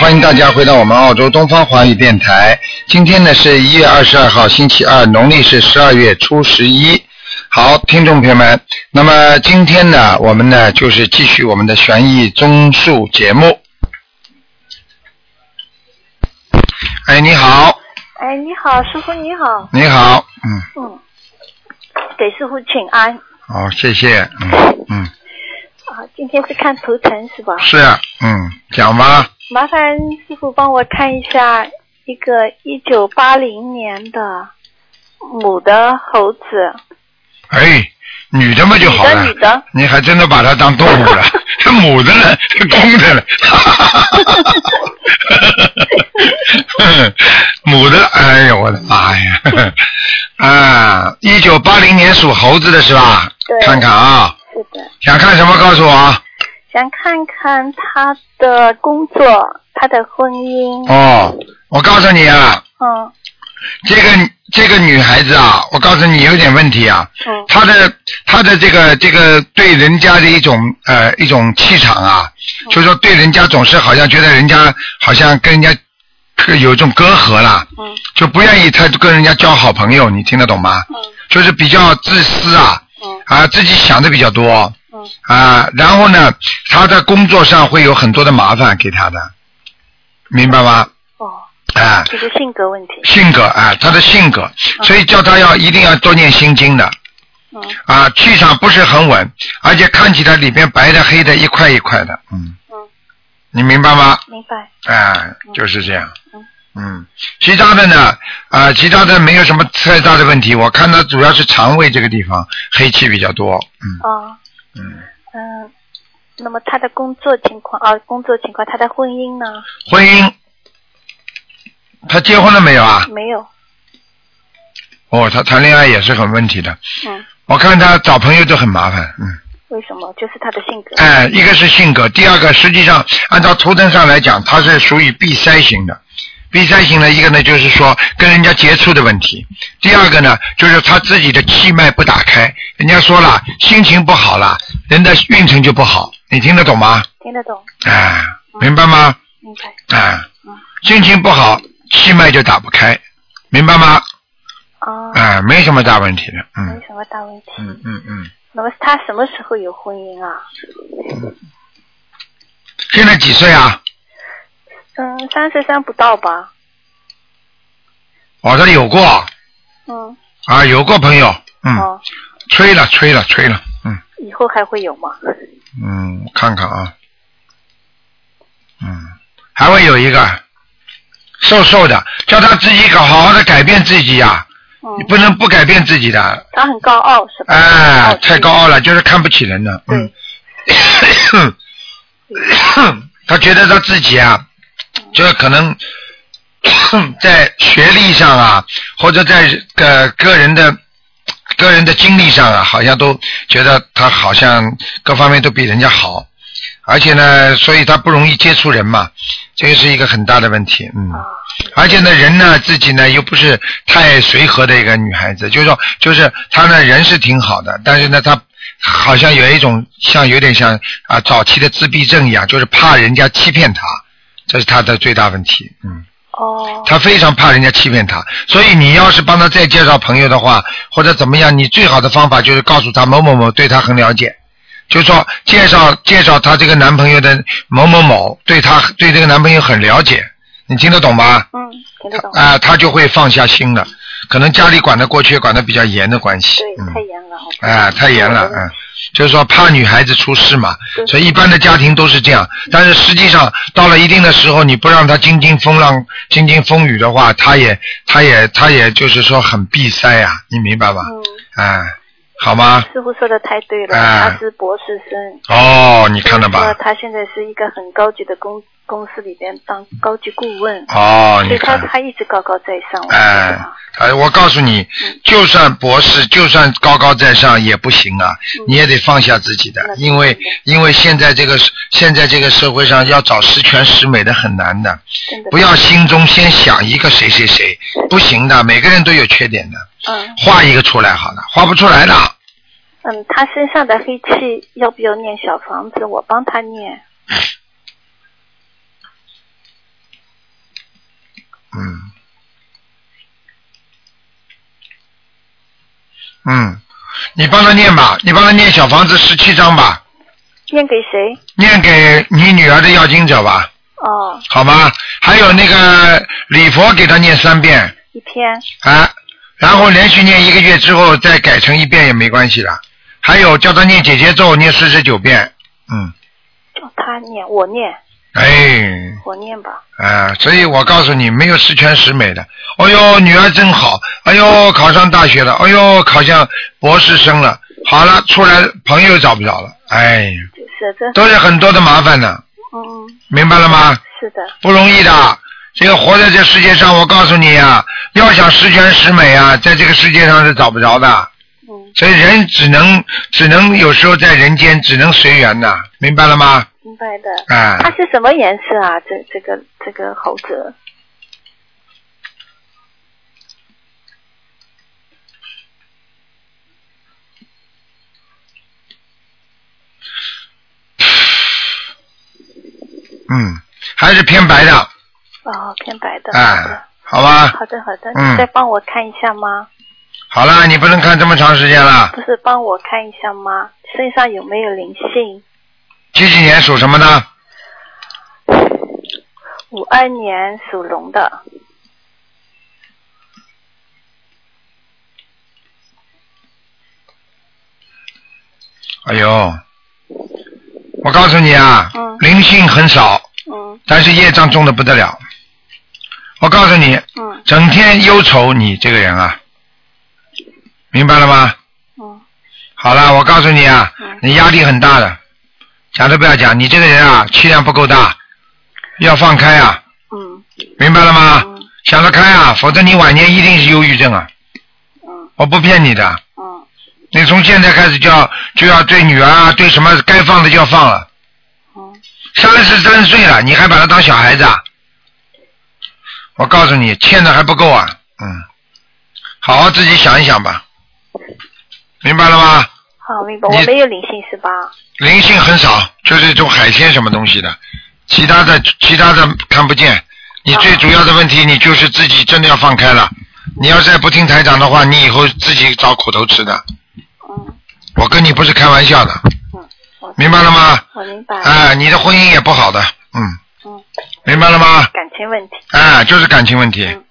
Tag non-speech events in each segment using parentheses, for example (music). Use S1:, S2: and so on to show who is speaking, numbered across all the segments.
S1: 欢迎大家回到我们澳洲东方华语电台。今天呢是一月二十二号，星期二，农历是十二月初十一。好，听众朋友们，那么今天呢，我们呢就是继续我们的悬疑综述节目。哎，你好，
S2: 哎，你好，师傅你好，
S1: 你好，嗯，
S2: 嗯，给师傅请安
S1: 好，谢谢，嗯嗯，
S2: 啊，今天是看图腾是吧？
S1: 是，嗯，讲吧，
S2: 麻烦师傅帮我看一下一个一九八零年的母的猴子，
S1: 哎，女的嘛就
S2: 女
S1: 好
S2: 的
S1: 了
S2: 女，的，
S1: 你还真的把它当动物了，这母的了，这公的了， (laughs) 母的，哎呦我的妈呀！ (laughs) 啊，一九八零年属猴子的是吧？
S2: 对
S1: 看看啊，
S2: 是的，
S1: 想看什么告诉我啊。
S2: 想看看她的工作，她的婚姻，
S1: 哦，我告诉你啊，
S2: 嗯
S1: 这个这个女孩子啊，我告诉你有点问题啊，
S2: 嗯
S1: 她的她的这个这个对人家的一种呃一种气场啊，就是说对人家总是好像觉得人家好像跟人家有一种隔阂啦，
S2: 嗯
S1: 就不愿意太跟人家交好朋友，你听得懂吗？
S2: 嗯
S1: 就是比较自私啊，
S2: 嗯
S1: 啊，自己想的比较多
S2: 嗯，
S1: 啊，然后呢，他在工作上会有很多的麻烦给他的，明白吗？
S2: 哦，
S1: 啊，
S2: 这是性格问题，
S1: 性格啊，他的性格，所以叫他要一定要多念心经的
S2: 嗯
S1: 啊，气场不是很稳，而且看起来里边白的黑的一块一块的，嗯，
S2: 嗯，
S1: 你明白吗？
S2: 明白，
S1: 啊，就是这样
S2: 嗯。
S1: 嗯，其他的呢，啊、其他的没有什么太大的问题。我看他主要是肠胃这个地方黑气比较多，嗯
S2: 哦，
S1: 嗯。
S2: 嗯。那么她的工作情况啊，工作情况，她的婚姻呢？
S1: 婚姻，他结婚了没有啊？
S2: 没有，
S1: 哦，他谈恋爱也是很问题的。
S2: 嗯，
S1: 我看他找朋友都很麻烦，嗯，
S2: 为什么？就是他的性格。
S1: 哎，一个是性格，第二个实际上按照图腾上来讲，他是属于闭塞型的。闭塞型的一个呢，就是说跟人家接触的问题；第二个呢，就是他自己的气脉不打开。人家说了，心情不好了，人的运程就不好。你听得懂吗？
S2: 听得懂，
S1: 哎，明白吗？
S2: 明白。
S1: 哎
S2: 嗯，
S1: 心情不好，气脉就打不开，明白吗？
S2: 啊、
S1: 哎，没什么大问题的，嗯
S2: 没什么大问题。
S1: 嗯嗯嗯。
S2: 那么他什么时候有婚姻啊？
S1: 现在几岁啊？
S2: 嗯，三十三不到吧？
S1: 我这有过
S2: 嗯，
S1: 啊，有过朋友，嗯，
S2: 哦，
S1: 吹了吹了吹了，嗯
S2: 以后还会有吗？
S1: 嗯，看看啊，嗯，还会有一个瘦瘦的，叫他自己搞好好的改变自己呀、
S2: 嗯
S1: 你，不能不改变自己的，
S2: 他很高傲是吧？
S1: 哎
S2: 傲，气
S1: 太高。傲了，就是看不起人了，嗯
S2: 哦对。，
S1: 他觉得他自己啊，就是可能 (coughs) 在学历上啊，或者在个个人的个人的经历上啊，好像都觉得他好像各方面都比人家好，而且呢，所以他不容易接触人嘛，这个是一个很大的问题，嗯。
S2: 啊，
S1: 而且呢，人呢自己呢又不是太随和的一个女孩子，就是说，就是她呢人是挺好的，但是呢她好像有一种像有点像啊早期的自闭症一样，就是怕人家欺骗她，这是她的最大问题。嗯，
S2: 哦，
S1: 她非常怕人家欺骗她，所以你要是帮她再介绍朋友的话，或者怎么样，你最好的方法就是告诉她某某某对她很了解。就是说介绍介绍她这个男朋友的某某某，对她对这个男朋友很了解，你听得懂吗？
S2: 嗯，听得懂。
S1: 啊、他就会放下心了。可能家里管得过去，管得比较严的关系，
S2: 对，
S1: 嗯
S2: 太，严了。我
S1: 哎、太严了，嗯，就是说怕女孩子出事嘛，
S2: 对
S1: 所以一般的家庭都是这样。但是实际上到了一定的时候，你不让她经经风浪、经经风雨的话，她也、她也、她也就是说很闭塞呀、你明白吧？
S2: 嗯，
S1: 哎、好吗？
S2: 师傅说的太对了，
S1: 哎
S2: 他是博士生。
S1: 哦，你看了吧？
S2: 他现在是一个很高级的公公司里边当高级顾问。
S1: 哦，
S2: 所
S1: 你
S2: 以他
S1: 看了。
S2: 他一直高高在上，我觉
S1: 哎
S2: 得啊，
S1: 哎，我告诉你，
S2: 嗯
S1: 就算博士，就算高高在上也不行啊，你也得放下自己的
S2: 嗯那，是
S1: 因为因为现在这个现在这个社会上要找十全十美的很难的，
S2: 真的
S1: 不要心中先想一个谁谁谁，不行的，每个人都有缺点的，
S2: 嗯
S1: 画一个出来好了，画不出来的，
S2: 嗯，他身上的黑气要不要念小房子？我帮他念。
S1: 嗯，嗯，你帮他念吧，你帮他念小房子十七章吧，
S2: 念给谁？
S1: 念给你女儿的要经者吧，
S2: 哦，
S1: 好吗？还有那个礼佛给他念三遍
S2: 一篇。
S1: 啊，然后连续念一个月之后再改成一遍也没关系的。还有叫他念姐姐咒，念四十九遍，嗯，
S2: 叫哦他念，我念，
S1: 哎，
S2: 我念吧。
S1: 啊，所以我告诉你，没有十全十美的。哎呦，女儿真好，哎呦，考上大学了，哎呦，考上博士生了，好了，出来朋友找不着了，哎，
S2: 就是这，
S1: 都是很多的麻烦的，
S2: 嗯，嗯，
S1: 明白了吗？
S2: 是的，
S1: 不容易的，这个活在这世界上，我告诉你啊，要想十全十美啊，在这个世界上是找不着的，
S2: 嗯，
S1: 所以人只能只能有时候在人间只能随缘呐、明白了吗？
S2: 明白的。
S1: 哎、
S2: 它是什么颜色啊？这这个这个猴子，
S1: 嗯，还是偏白的，
S2: 哦，偏白的。
S1: 哎、好吧，
S2: 好的，好的，
S1: 嗯
S2: 你再帮我看一下吗？
S1: 好了，你不能看这么长时间了。
S2: 不是帮我看一下吗？身上有没有灵性？
S1: 几几年属什么呢？
S2: 五二年属龙的，
S1: 哎呦，我告诉你啊，
S2: 嗯
S1: 灵性很少，
S2: 嗯
S1: 但是业障重的不得了。我告诉你，
S2: 嗯
S1: 整天忧愁，你这个人啊，明白了吗？
S2: 嗯
S1: 好了，我告诉你啊
S2: 嗯，
S1: 你压力很大的，讲都不要讲，你这个人啊，气量不够大，要放开啊，
S2: 嗯
S1: 明白了吗？
S2: 嗯
S1: 想得开啊，否则你晚年一定是忧郁症啊，
S2: 嗯
S1: 我不骗你的。
S2: 嗯
S1: 你从现在开始就要就要对女儿啊，对什么该放的就要放了。
S2: 嗯，
S1: 三十三岁了，你还把他当小孩子啊？我告诉你，欠的还不够啊。嗯，好好自己想一想吧，明白了吗？
S2: 好，明白。
S1: 你
S2: 我没有灵性是吧？
S1: 灵性很少，就是这种海鲜什么东西的，其他的其他的看不见。你最主要的问题，你就是自己真的要放开了。你要再不听台长的话，你以后自己找苦头吃的。
S2: 嗯
S1: 我跟你不是开玩笑的，
S2: 嗯，我
S1: 明白了吗？
S2: 我明白。
S1: 哎、你的婚姻也不好的，嗯，
S2: 嗯，
S1: 明白了吗？
S2: 感情问题。
S1: 哎、就是感情问题。
S2: 嗯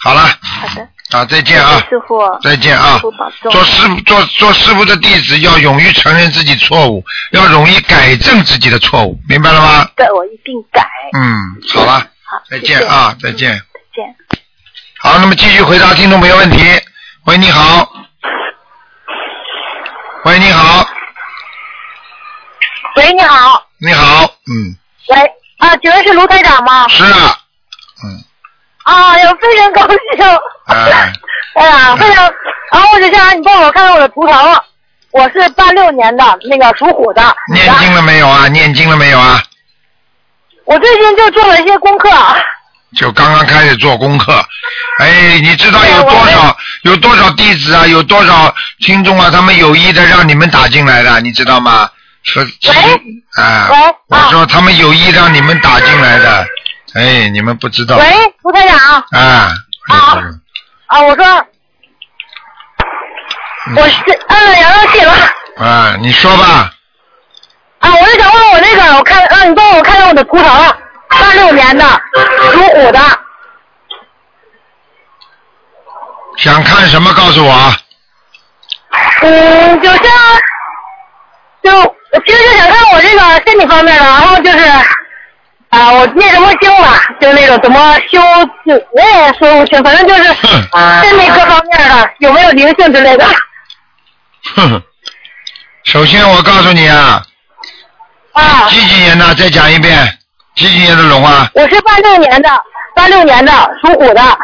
S1: 好了，
S2: 好的，
S1: 啊，再
S2: 谢
S1: 见啊
S2: 谢，师傅，
S1: 再见啊
S2: 师。傅保重。
S1: 做师傅做做师傅的弟子，要勇于承认自己错误，要容易改正自己的错误，明白了吗？
S2: 对，我一定改。
S1: 嗯，好了，
S2: 好，
S1: 再
S2: 谢
S1: 见
S2: 谢
S1: 啊，
S2: 嗯
S1: 再见。
S2: 再见。
S1: 好，那么继续回答听众朋友问题。喂，你好。喂，你好，
S3: 喂，你好，
S1: 你好，嗯，
S3: 喂，啊，请问是卢台长吗？
S1: 是啊，嗯，
S3: 啊，哟，非常高兴，
S1: 哎，
S2: 嗯
S3: 哎呀，非常，然后我就想让你帮我看看我的图腾，我是八六年的，那个属虎的，女
S1: 念经
S3: 的，
S1: 了没有啊？念经了没有啊？
S3: 我最近就做了一些功课，
S1: 就刚刚开始做功课。哎，你知道有多少有多少弟子啊，有多少听众啊，他们有意的让你们打进来的，你知道吗？说
S3: 喂
S1: 啊，
S3: 喂
S1: 我
S3: 啊
S1: 说他们有意让你们打进来的，哎，你们不知道
S3: 喂，卢台长，
S1: 啊。
S3: 啊啊，我说，我
S1: 嗯
S3: 是按了阳了气了，
S1: 啊，你说吧，
S3: 啊，我就想问问我那个，我看，让你帮我看看我的图腾，八六年的，属虎的，
S1: 想看什么告诉我啊。
S3: 嗯，就像，就我其实就想看我这个身体方面的，然后就是，啊，我念什么经吧，啊就那种怎么修，就我也说不清，反正就是身体各方面的有没有灵性之类的。
S1: 哼哼，首先我告诉你啊，
S3: 啊，
S1: 几几年的？再讲一遍，几几年的龙啊？
S3: 我是八六年的，八六年的属虎的，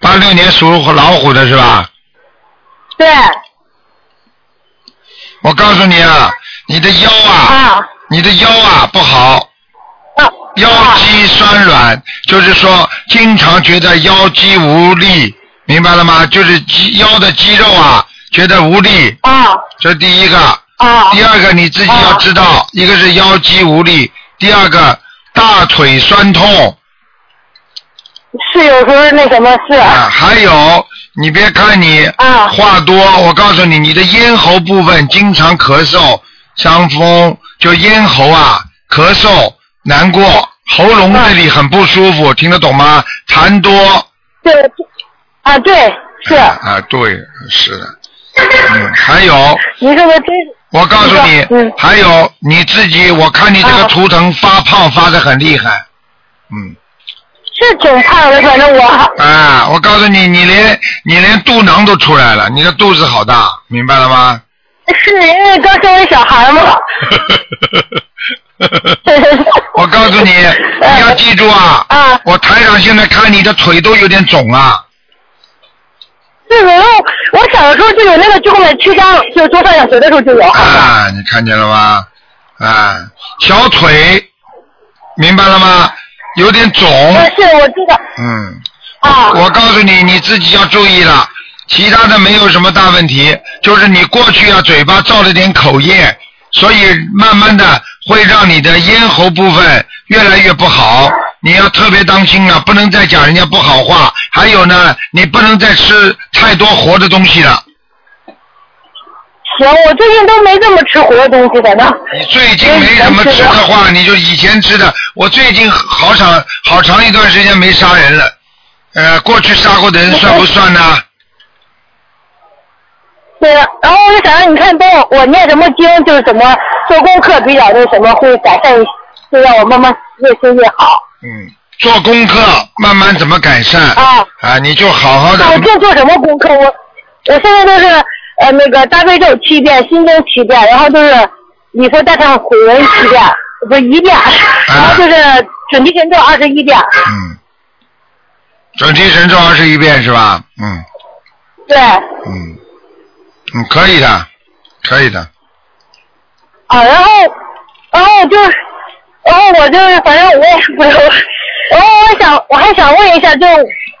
S1: 八六年属老虎的是吧？
S3: 对，
S1: 我告诉你啊，你的腰啊，
S3: 啊，
S1: 你的腰啊不好，
S3: 啊，
S1: 腰
S3: 啊
S1: 肌酸软，就是说经常觉得腰肌无力，明白了吗？就是肌腰的肌肉啊觉得无力，
S3: 啊
S1: 这是第一个。
S3: 啊
S1: 第二个你自己要知道，一个是腰肌无力，第二个大腿酸痛，
S4: 是有时候那什么是
S1: 啊，还有，你别看你
S4: 啊
S1: 话多，我告诉你，你的咽喉部分经常咳嗽、伤风，就咽喉啊，咳嗽、难过，喉咙这里很不舒服，听得懂吗？痰多。
S4: 对啊对是，
S1: 啊，对，是的。嗯，还有，
S4: 您说的真
S1: 我告诉你
S4: 你说嗯，
S1: 还有你自己，我看你这个
S4: 啊
S1: 图腾发胖发的很厉害，嗯。
S4: 是挺胖的，反正我
S1: 啊，我告诉你，你连你连肚囊都出来了，你的肚子好大，明白了吗？
S4: 是因为刚生完小孩嘛。
S1: (laughs) 我告诉
S4: (laughs)
S1: 你，
S4: 嗯
S1: 你要记住啊，
S4: 啊，
S1: 我台长现在看你的腿都有点肿啊，
S4: 是然后我小的时候就有那个中的曲张，就是读上小学的时候就有。
S1: 啊，你看见了吗？啊，小腿，明白了吗？有点肿，
S4: 呃是，我知道
S1: 嗯。
S4: 啊。
S1: 我告诉你，你自己要注意了，其他的没有什么大问题，就是你过去啊嘴巴造了点口业，所以慢慢的会让你的咽喉部分越来越不好，你要特别当心了，不能再讲人家不好话。还有呢，你不能再吃太多活的东西了。
S4: 行，我最近都没怎么吃活的东西，反正
S1: 你最近没什么吃的话，你就以前吃的。我最近好长好长一段时间没杀人了，呃，过去杀过的人算不算呢？
S4: 对了。然后我就想让你看，帮我我念什么经，就是怎么做功课比较那什么，会改善，就让我慢慢越修越好。
S1: 嗯，做功课，慢慢怎么改善
S4: 啊
S1: 你就好好的 (laughs)
S4: 那我这做什么功课？我我现在都是呃那个大悲咒七遍，心经七遍，然后就是礼佛大忏悔文七遍，不是一遍，然后就是准提神咒二十一遍，
S1: 嗯，准提神咒二十一遍是吧？嗯
S4: 对，啊
S1: 嗯嗯，可以的，可以的，
S4: 啊，然后然后就是然后我就是反正我也不知道，然后我想我还想问一下，就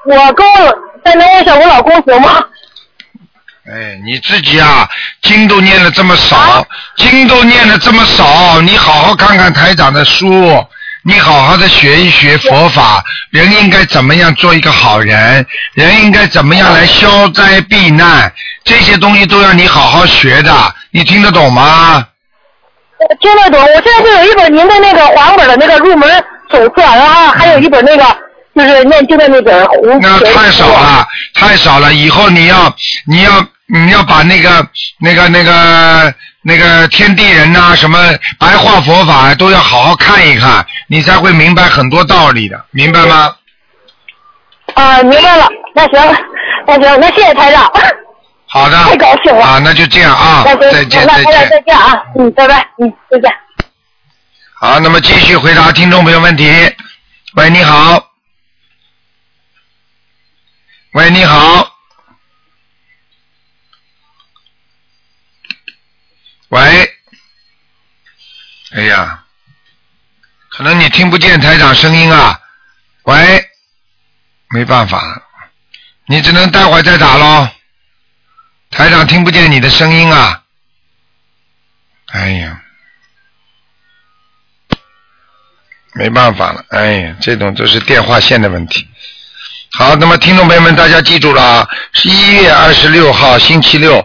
S4: 我跟我再能问一下我老公行吗？
S1: 哎，你自己啊，经都念了这么少，
S4: 啊
S1: 经都念了这么少，你好好看看台长的书，你好好的学一学佛法，人应该怎么样做一个好人，人应该怎么样来消灾避难，这些东西都要你好好学的，你听得懂吗？
S4: 我听得懂，我现在就有一本您的那个黄本的那个入门手册，然后还有一本那个就是念经的那本红。
S1: 那太少。了，太少了。以后你要，你要，你要把那个、那个、那个、那个天地人呐、什么白话佛法都要好好看一看，你才会明白很多道理的，明白吗？
S4: 啊、明白了，那行，那行，那谢谢台长，
S1: (laughs)
S4: (laughs)
S1: 好的。
S4: 太高兴了。
S1: 啊，那就这样啊，
S4: 那行，
S1: 再见
S4: 那
S1: 再
S4: 台长再
S1: 见。
S4: 见啊，嗯，拜拜，嗯，再见。
S1: 好，那么继续回答听众朋友问题。喂，你好。喂，你好。喂。哎呀，可能你听不见台长声音啊。喂，没办法了，你只能待会儿再打喽。台长听不见你的声音啊。哎呀。没办法了，哎呀，这种都是电话线的问题。好，那么听众朋友们，大家记住了啊，是一月二十六号星期六，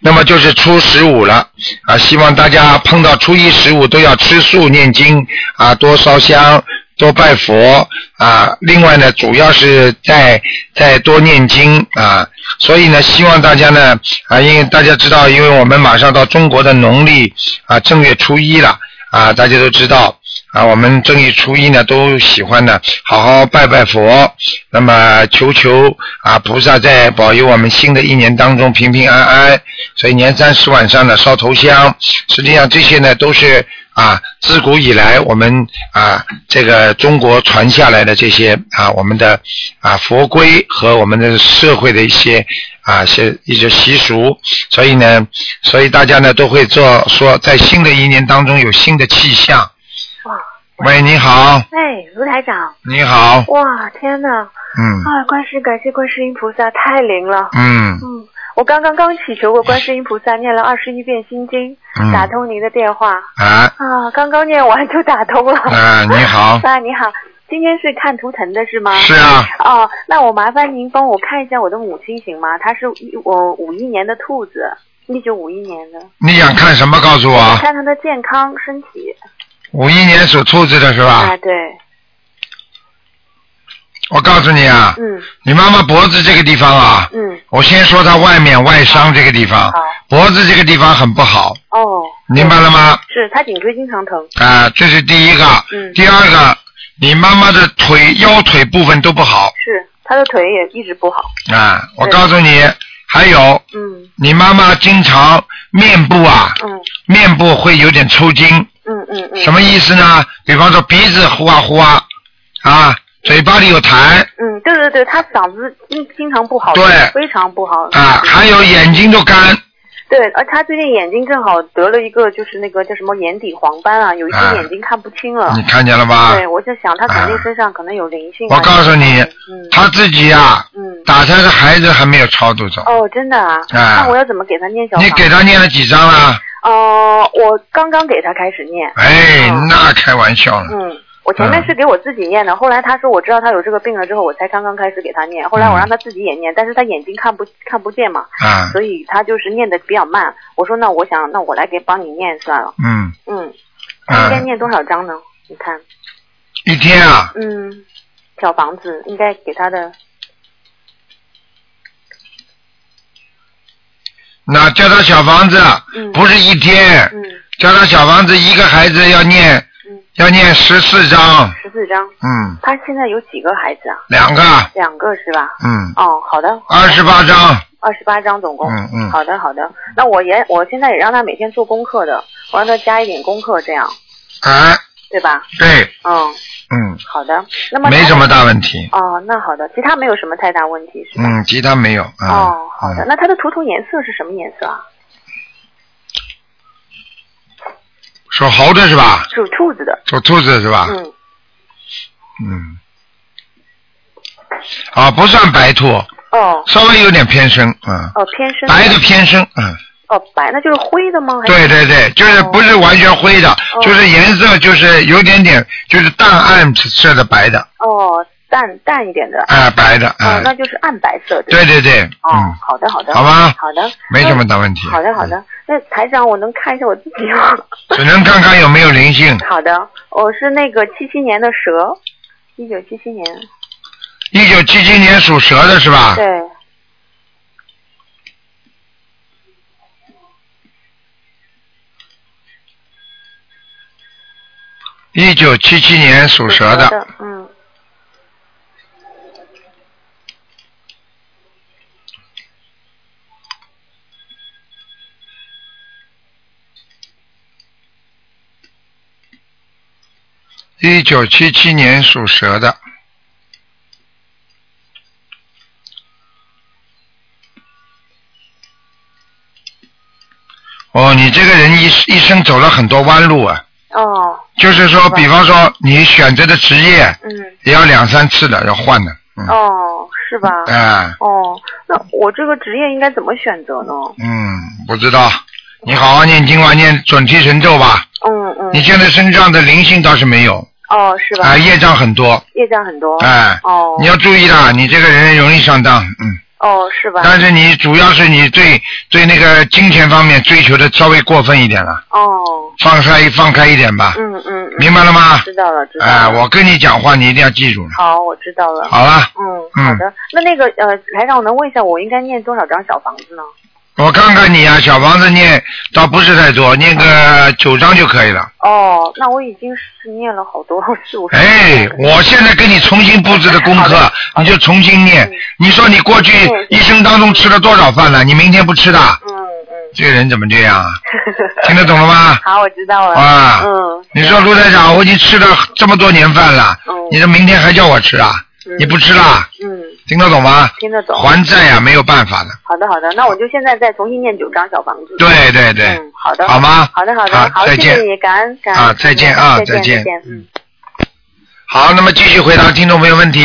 S1: 那么就是初十五了啊，希望大家碰到初一十五都要吃素念经啊，多烧香。多拜佛啊，另外呢，主要是在在多念经啊，所以呢，希望大家呢啊，因为大家知道，因为我们马上到中国的农历啊正月初一了啊，大家都知道啊，我们正月初一呢都喜欢呢好好拜拜佛，那么求求啊菩萨在保佑我们新的一年当中平平安安，所以年三十晚上呢烧头香，实际上这些呢都是啊自古以来我们啊这个中国传下来的这些啊我们的啊佛规和我们的社会的一些啊些一些习俗，所以呢，所以大家呢都会做说在新的一年当中有新的气象。喂，你好，
S2: 哎，卢台长，
S1: 你好，
S2: 哇，天哪！
S1: 嗯
S2: 啊，观世感谢观世音菩萨，太灵了。
S1: 嗯
S2: 嗯，我刚刚刚祈求过观世音菩萨，念了二十一遍心经，
S1: 嗯
S2: 打通您的电话
S1: 啊
S2: 啊，刚刚念完就打通了。
S1: 啊，你好，
S2: 啊，你好，
S5: 今天是看图腾的是吗？
S1: 是啊，
S5: 哦，那我麻烦您帮我看一下我的母亲行吗？她是一我五一年的兔子，一九五一年的。
S1: 你想看什么？告诉我
S5: 我
S1: 啊。
S5: 看她的健康身体。
S1: 五一年属兔子的是吧
S5: 啊，？对，
S1: 我告诉你啊，
S5: 嗯
S1: 你妈妈脖子这个地方啊，
S5: 嗯，
S1: 我先说她外面外伤这个地方
S5: 好，
S1: 脖子这个地方很不好，
S5: 哦，
S1: 明白了吗？
S5: 是她颈椎经常疼。
S1: 啊、这是第一个。
S5: 嗯
S1: 第二个，你妈妈的腿、腰腿部分都不好
S5: 是，她的腿也一直不好。
S1: 啊、我
S5: 对
S1: 告诉你，还有
S5: 嗯
S1: 你妈妈经常面部啊，
S5: 嗯
S1: 面部会有点抽筋，
S5: 嗯嗯嗯。
S1: 什么意思呢？比方说鼻子呼啊呼啊，啊，嘴巴里有痰
S5: 嗯，对对对，她嗓子经经常不好，
S1: 对
S5: 非常不好嗯
S1: 啊，还有眼睛都干
S5: 对，而她最近眼睛正好得了一个，就是那个叫什么眼底黄斑啊，有一只
S1: 啊
S5: 眼睛看不清了。
S1: 你看见了吧？
S5: 对，我就想她肯定
S1: 啊
S5: 身上可能有灵性啊。
S1: 我告诉你
S5: 嗯，
S1: 他自己啊，
S5: 嗯，
S1: 打胎的孩子还没有超度走，
S5: 哦，真的啊，
S1: 啊
S5: 那我要怎么给她念小
S1: 你
S5: 房
S1: 给
S5: 子？
S1: 他念了几张啊了？
S5: 呃，我刚刚给她开始念，
S1: 哎
S5: 哦，
S1: 那开玩笑了，
S5: 嗯。我前面
S1: 嗯
S5: 是给我自己念的，后来她说我知道她有这个病了之后，我才刚刚开始给她念。后来我让她自己也念，但是她眼睛看不看不见嘛，
S1: 啊，
S5: 所以她就是念的比较慢。我说那我想那我来给帮你念算了，
S1: 嗯，
S5: 嗯，她应
S1: 啊
S5: 该，念多少章呢？你看，
S1: 一天啊，
S5: 嗯，小房子应该给她的，
S1: 那叫他小房子
S5: 嗯
S1: 不是一天，
S5: 嗯
S1: 叫他小房子一个孩子要念
S5: 嗯，
S1: 要念十四张，
S5: 十四章。
S1: 嗯，
S5: 她现在有几个孩子啊？
S1: 两个，
S5: 两个是吧？
S1: 嗯，
S5: 哦，好的，
S1: 二十八张，
S5: 二十八章总共。
S1: 嗯嗯
S5: 好的好的，那我也我现在也让他每天做功课的，我让他加一点功课，这样
S1: 哎，
S5: 对吧？
S1: 对，
S5: 嗯，
S1: 嗯，
S5: 好的。那么
S1: 没什么。大问题，
S5: 哦，那好的，其他没有什么太大问题是吧？
S1: 嗯，其他没有，啊，
S5: 哦，好的。
S1: 嗯
S5: 那它的图腾颜色是什么颜色啊？
S1: 属猴的是吧？
S5: 属兔子的。
S1: 属兔子是吧？
S5: 嗯，
S1: 嗯，啊，不算白兔，
S5: 哦
S1: 稍微有点偏深，嗯，
S5: 哦，偏深
S1: 白的偏深，嗯，
S5: 哦白，那就是灰的哦吗？还
S1: 对。
S5: 是
S1: 对对，就是不是完全灰的，就是颜色就是有点点，就是淡暗色的白的，
S5: 哦，淡淡一点的。
S1: 哎、白的，哎、
S5: 哦，那就是暗白色的。
S1: 对对对，
S5: 哦
S1: 嗯，，
S5: 好的好的。
S1: 好吧
S5: 好的。嗯
S1: 没什么大问题，嗯
S5: 好的好的，那台长，我能看一下我自己吗？ (laughs)
S1: 只能看看有没有灵性。
S5: 好的，我是那个七七年的蛇，一九七七年，
S1: 一九七七年属蛇的是吧？
S5: 对，
S1: 一九七七年属
S5: 属
S1: 蛇的，
S5: 的，嗯，
S1: 一九七七年属蛇的。哦，你这个人一一生走了很多弯路啊，
S5: 哦，
S1: 就是说，比方说你选择的职业
S5: 嗯，
S1: 也要两三次的要换的，嗯，
S5: 哦，是吧？
S1: 哎、
S5: 哦，那我这个职业应该怎么选择呢？
S1: 嗯，不知道，你好好念经吧，念准提神咒吧，
S5: 嗯嗯，
S1: 你现在身上的灵性倒是没有，
S5: 哦，是吧？
S1: 啊、业障很多，
S5: 业障很多，
S1: 哎
S5: 哦，
S1: 你要注意啦，你这个人容易上当，嗯，
S5: 哦，是吧？
S1: 但是你主要是你对对那个金钱方面追求的稍微过分一点了，
S5: 哦，
S1: 放开放开一点吧，
S5: 嗯嗯，嗯
S1: 明白了吗？
S5: 知道了，知道了。
S1: 哎、我跟你讲话，你一定要记住了。
S5: 好，我知道了。
S1: 好了，
S5: 嗯，
S1: 嗯
S5: 好的。那那个呃，台长，我能问一下，我应该念多少张小房子呢？
S1: 我看看你啊，小房子念倒不是太多，念个九章就可以了。
S5: 哦，那我已经是念了好多，是我。
S1: 哎，我现在给你重新布置的功课，你就重新念
S5: 嗯。
S1: 你说你过去
S5: 嗯
S1: 一生当中吃了多少饭了？你明天不吃的，
S5: 嗯嗯，
S1: 这个人怎么这
S5: (laughs)
S1: 样啊？听得懂了吗？
S5: 好，我知道了。
S1: 啊
S5: 嗯，
S1: 你说卢台长，我已经吃了这么多年饭了，
S5: 嗯
S1: 你这明天还叫我吃啊？
S5: 嗯
S1: 你不吃啦？
S5: 嗯，
S1: 听得懂吗？
S5: 听得懂。嗯
S1: 还债呀、没有办法的。
S5: 好的好的，那我就现在再重新念九张小房子。
S1: 对对对，
S5: 嗯，好的。
S1: 好吗？
S5: 好的好的，
S1: 好
S5: 好，
S1: 再见
S5: 谢谢你，感恩感恩。
S1: 啊再见啊
S5: 再
S1: 再见
S5: 见见。嗯。
S1: 好，那么继续回答听众朋友问题。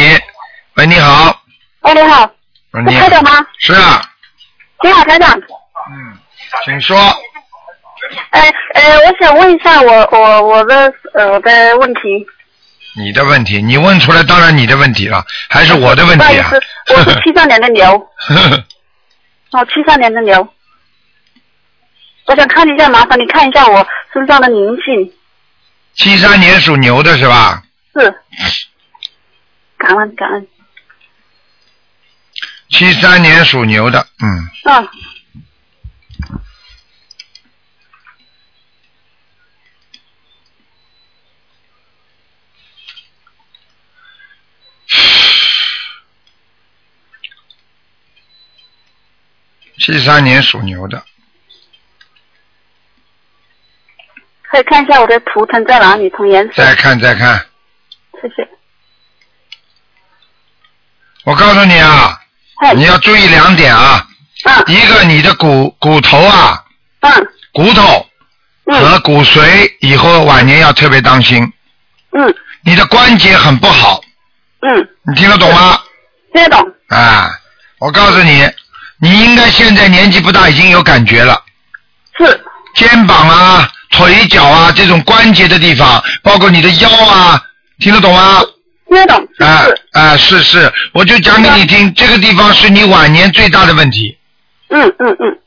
S1: 喂，你好，
S3: 哎，你
S4: 嗯
S3: 好，
S1: 喂
S3: 是
S1: 你
S3: 台
S1: 好
S3: 长吗？
S1: 是啊，
S3: 你好，台长。
S1: 嗯，请说。
S4: 哎
S3: 哎呃，我想问一下我我我的呃我的问题，
S1: 你的问题，你问出来当然你的问题了，还是我的问
S4: 不好
S1: 题
S4: 意
S1: 啊
S4: 思？，我是七三年的牛，
S1: (laughs)
S4: 哦，七三年的牛。我想看一下，麻烦你看一下我身上的灵性，
S1: 七三年属牛的是吧？
S4: 是。感恩感恩，
S1: 七三年属牛的，嗯，
S4: 嗯，
S1: 七三年属牛的，
S4: 可以看一下我的图腾在哪里，同颜色，
S1: 再看再看，
S4: 谢谢。
S1: 我告诉你啊，
S4: 嘿，
S1: 你要注意两点啊，
S4: 嗯
S1: 一个你的骨骨头啊，
S4: 嗯
S1: 骨头
S4: 嗯
S1: 和骨髓以后晚年要特别当心，
S4: 嗯
S1: 你的关节很不好，
S4: 嗯，
S1: 你听得懂吗？
S4: 听得懂，
S1: 啊，我告诉你，你应该现在年纪不大，已经有感觉了。
S4: 是，
S1: 肩膀啊、腿脚啊这种关节的地方，包括你的腰啊，听得懂吗？
S4: 听得懂，
S1: 啊
S4: 是是，
S1: 啊，是是，我就讲给你听，这个地方是你晚年最大的问题，
S4: 嗯嗯嗯，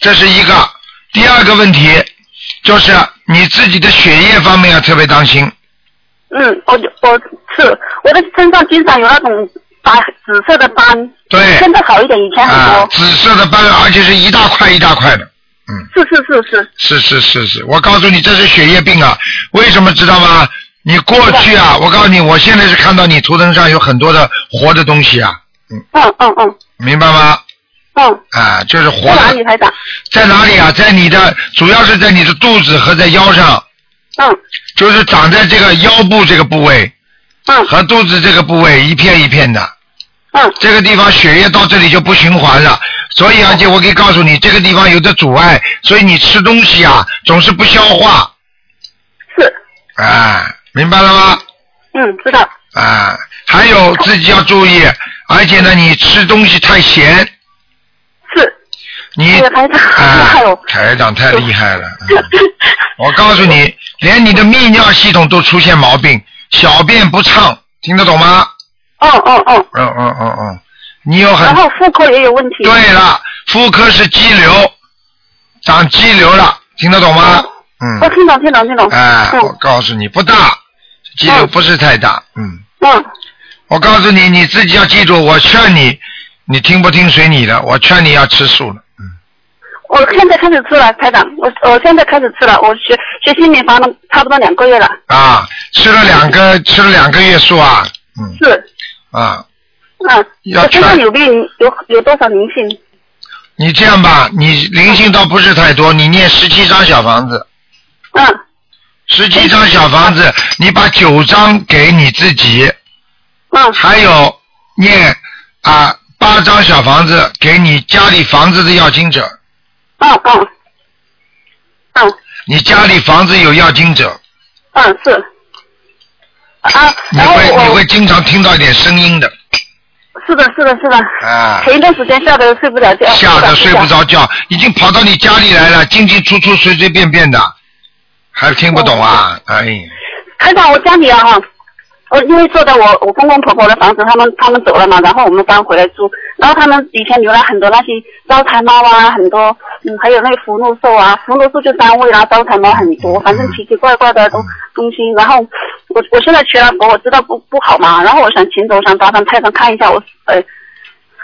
S1: 这是一个。第二个问题就是你自己的血液方面要特别当心，
S4: 嗯，我就我是我的身上经常有那种白紫色的斑，
S1: 对，
S4: 现在好一点，以前很
S1: 啊，
S4: 多，
S1: 紫色的斑，而且是一大块一大块的，嗯。
S4: 是是是是，
S1: 是是是是，我告诉你，这是血液病啊！为什么知道吗？你过去啊，我告诉你，我现在是看到你图腾上有很多的活的东西啊，
S4: 嗯嗯嗯
S1: 明白吗？
S4: 嗯，
S1: 啊，就是活
S4: 在哪
S1: 的
S4: 里，台长？
S1: 在哪里啊？在你的，主要是在你的肚子和在腰上，
S4: 嗯
S1: 就是长在这个腰部这个部位
S4: 嗯
S1: 和肚子这个部位一片一片的，
S4: 嗯
S1: 这个地方血液到这里就不循环了。所以，而且我可以告诉你，这个地方有的阻碍，所以你吃东西啊总是不消化，
S4: 是，
S1: 啊，明白了吗？
S4: 嗯知道，
S1: 啊，还有自己要注意，而且呢，你吃东西太咸，
S4: 是，
S1: 你
S4: 哎呀台长
S1: 啊
S4: (laughs) 哎呦，
S1: 台长太厉害了，嗯我告诉你，连你的泌尿系统都出现毛病，小便不畅，听得懂吗？
S4: 哦哦哦，
S1: 嗯嗯嗯嗯，你有
S4: 然
S1: 很
S4: 后妇科也有问题，
S1: 对了，妇科是肌瘤，长肌瘤了，听得懂吗？
S4: 我
S1: 嗯，
S4: 哦听懂听懂听懂，
S1: 哎，我
S4: 嗯
S1: 告诉你不大，肌瘤不是太大，嗯。
S4: 嗯
S1: 我告诉你，你自己要记住，我劝你，你听不听随你的，我劝你要吃素了。
S4: 我现在开始吃了，台长，我我现在开始吃了，我学学心理法了差不多两个月了，
S1: 啊，吃了两个吃了两个月素啊，嗯
S4: 是，
S1: 啊，
S4: 嗯，
S1: 要
S4: 我身上
S1: 劝
S4: 有病有有多少灵性？
S1: 你这样吧，你灵性倒不是太多，你念十七张小房子，
S4: 嗯，
S1: 十七张小房子，你把九张给你自己，
S4: 嗯
S1: 还有念啊八张小房子给你家里房子的要经者，
S4: 嗯嗯嗯
S1: 你家里房子有要经者，
S4: 嗯是。啊，
S1: 你
S4: 然后
S1: 会你
S4: 我
S1: 会经常听到一点声音的
S4: 是的，是的，是的。
S1: 啊。
S4: 前一段时间吓得睡不着觉，
S1: 吓得睡不
S4: 着。
S1: 着觉，已经跑到你家里来了，进进出出随随便便的，还听不懂啊？哎，
S4: 台长，我家里啊哈，我因为坐在我我公公婆婆的房子，他们他们走了嘛，然后我们搬回来住，然后他们以前留了很多那些招财猫啊，很多嗯，还有那个福禄寿啊，福禄寿就单位啦，招财猫很多，反正奇奇怪怪的东东西。然后我我现在学了佛，我知道不不好嘛，然后我想请走上打上太上看一下我呃。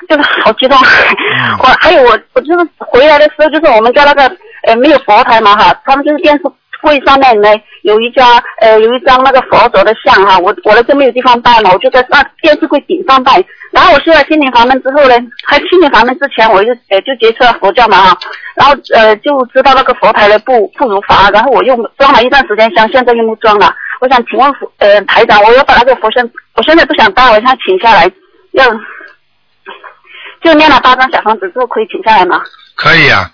S4: 就是好激动， (laughs) 我还有我我就是回来的时候，就是我们家那个呃没有佛台嘛哈，他们就是电视柜上面呢有一家呃有一张那个佛陀的像哈，我我那边没有地方拜嘛，我就在那电视柜顶上拜。然后我修了心灵法门之后呢，还心灵法门之前我就呃就接触了佛教嘛哈，然后呃就知道那个佛台呢不不如法，然后我又装了一段时间香，现在又没装了。我想请问佛呃台长，我要把那个佛像，我现在不想拜，我想请下来，要就念了八张小房子之后可以请下来吗？
S1: 可以啊，